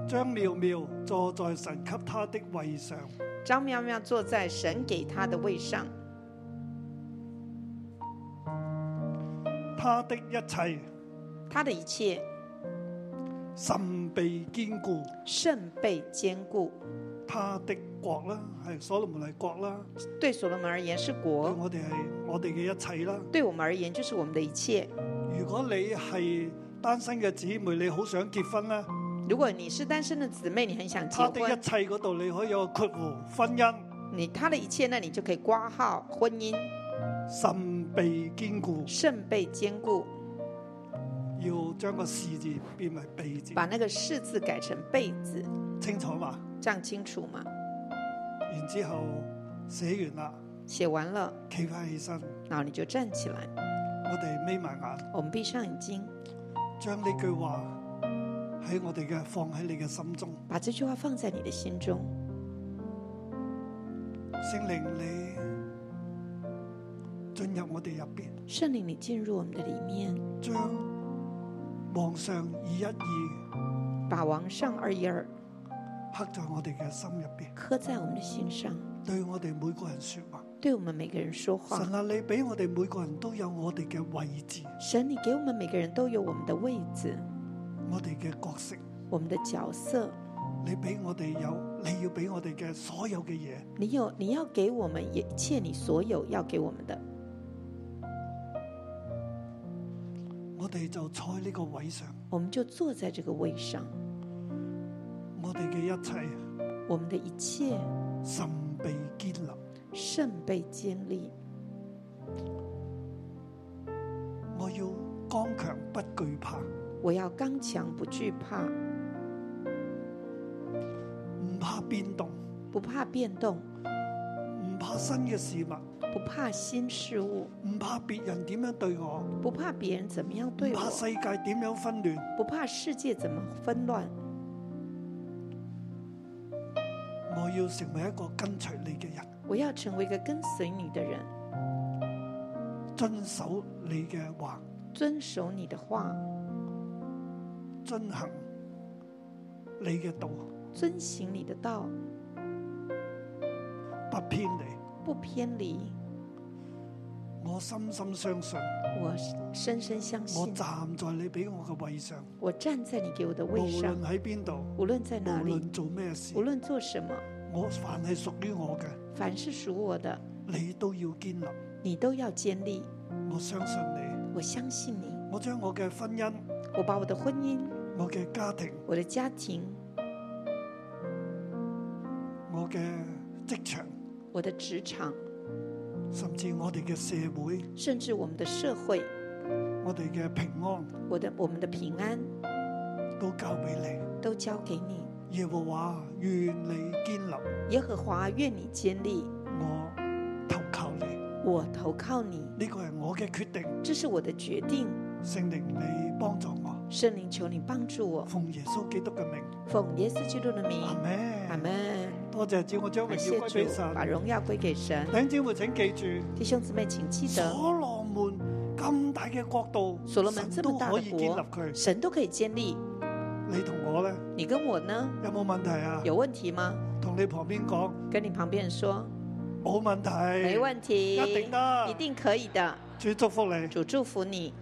Speaker 2: 張妙妙坐在神給他的位上，
Speaker 3: 张妙妙坐在神给他的位上，
Speaker 2: 他的一切
Speaker 3: 他的一切
Speaker 2: 甚被堅固。
Speaker 3: 甚被坚固。
Speaker 2: 他的國啦，係所羅門係國啦，
Speaker 3: 对所罗门而言是
Speaker 2: 對
Speaker 3: 国，
Speaker 2: 我哋係我哋嘅一切啦。
Speaker 3: 对我们而言就是我们的一切。
Speaker 2: 如果你係單身嘅姊妹，你好想結婚啦，
Speaker 3: 如果你是单身的姊妹，你很想结
Speaker 2: 他的一
Speaker 3: 婚，
Speaker 2: 切嗰度你可以有個括弧婚姻
Speaker 3: 你他的一切，那你就可以挂号婚姻
Speaker 2: 甚被堅固，
Speaker 3: 甚被坚固，
Speaker 2: 要將個是字變為被字，
Speaker 3: 把那个“是”字改成“被”字，
Speaker 2: 清楚嘛？
Speaker 3: 这样清楚吗？
Speaker 2: 然之後寫完啦，
Speaker 3: 写完了，
Speaker 2: 企翻起身，
Speaker 3: 然后你就站起来。
Speaker 2: 我哋眯埋眼，
Speaker 3: 我们闭上眼睛，
Speaker 2: 將呢句話喺我哋嘅放喺你嘅心中。
Speaker 3: 把这句话放在你的心中。
Speaker 2: 聖靈你進入我哋入邊，
Speaker 3: 圣灵，你进入我们的里面，
Speaker 2: 將皇上二一二
Speaker 3: 把王上二一二
Speaker 2: 刻在我哋嘅心入邊，
Speaker 3: 刻在我们的心上，
Speaker 2: 對我哋每個人說話。
Speaker 3: 对我们每个人说话。
Speaker 2: 神啊，你俾我哋每個人都有我哋嘅位置，
Speaker 3: 神，你给我们每个人都有我们的位置，
Speaker 2: 我哋嘅角色，
Speaker 3: 我们的角色。
Speaker 2: 你俾我哋有，你要俾我哋嘅所有嘅嘢，
Speaker 3: 你有，你要给我们一切，你所有要给我们的，
Speaker 2: 我哋就坐喺呢個位上，
Speaker 3: 我们就坐在这个位上。
Speaker 2: 我哋嘅一切
Speaker 3: 我们的一切
Speaker 2: 甚被建立。
Speaker 3: 甚被建立。
Speaker 2: 我要剛強不懼怕，
Speaker 3: 我要刚强，不惧怕，
Speaker 2: 唔怕變動，
Speaker 3: 不怕变动，
Speaker 2: 唔怕新嘅事物，
Speaker 3: 不怕新事物，
Speaker 2: 唔怕別人點樣對我，
Speaker 3: 不怕别人怎么样
Speaker 2: 唔
Speaker 3: 对
Speaker 2: 怕
Speaker 3: 我，
Speaker 2: 世界點樣紛亂，
Speaker 3: 不怕世界怎么纷乱。
Speaker 2: 我要成為一個跟隨你嘅人，
Speaker 3: 我要成为一个跟随你的人，
Speaker 2: 遵守你嘅話，
Speaker 3: 遵守你的话，
Speaker 2: 遵行你嘅道，
Speaker 3: 遵行你的道，
Speaker 2: 不偏離。
Speaker 3: 不偏离。
Speaker 2: 我深深相信，
Speaker 3: 我深深相
Speaker 2: 我
Speaker 3: 信，
Speaker 2: 站在你俾我嘅位上，
Speaker 3: 我站在你给我的
Speaker 2: 無
Speaker 3: 位上
Speaker 2: 論，喺邊度，
Speaker 3: 无论在
Speaker 2: 無
Speaker 3: 哪里，
Speaker 2: 論做咩事
Speaker 3: 无，論做什么，
Speaker 2: 我凡係屬於我嘅，
Speaker 3: 凡是属我的，
Speaker 2: 你都要堅立。
Speaker 3: 你都要建立。
Speaker 2: 我相信你，
Speaker 3: 我相信你，
Speaker 2: 我將我嘅婚姻、
Speaker 3: 我把我的婚姻、
Speaker 2: 我嘅家庭、
Speaker 3: 我的家庭、
Speaker 2: 我嘅職場，
Speaker 3: 我的职场，
Speaker 2: 甚至我哋嘅社會、
Speaker 3: 甚至我们的社会，
Speaker 2: 我哋嘅平安，
Speaker 3: 我的我们的平安，
Speaker 2: 都交俾你。
Speaker 3: 都交给你。
Speaker 2: 耶和華，願你堅立，
Speaker 3: 耶和华，愿你建立，
Speaker 2: 我投靠你。
Speaker 3: 我投靠你。
Speaker 2: 呢個係我嘅決定，
Speaker 3: 这是我的决定。
Speaker 2: 聖靈你幫助我，
Speaker 3: 圣灵，求你帮助我，
Speaker 2: 奉耶穌基督嘅名，
Speaker 3: 奉耶稣基督的名，
Speaker 2: 阿咩？
Speaker 3: 阿门。
Speaker 2: 多謝主，我將
Speaker 3: 感
Speaker 2: 榮
Speaker 3: 谢
Speaker 2: 耀歸俾
Speaker 3: 主，把
Speaker 2: 神。
Speaker 3: 荣耀归给神。
Speaker 2: 弟兄姊妹請記住，
Speaker 3: 弟兄姊妹，请记得，
Speaker 2: 所羅門咁大嘅國度，
Speaker 3: 所罗门
Speaker 2: 神
Speaker 3: 这
Speaker 2: 都
Speaker 3: 么大
Speaker 2: 可
Speaker 3: 的
Speaker 2: 以建立
Speaker 3: 国，
Speaker 2: 佢。
Speaker 3: 神都可以建立。
Speaker 2: 你同我呢？
Speaker 3: 你跟我呢？
Speaker 2: 有冇問題啊？
Speaker 3: 有问题吗？
Speaker 2: 同你旁邊講
Speaker 3: 跟你旁边人说，
Speaker 2: 冇問題，
Speaker 3: 没问题，
Speaker 2: 一定得
Speaker 3: 一定可以的。
Speaker 2: 主祝福你。
Speaker 3: 主祝福你，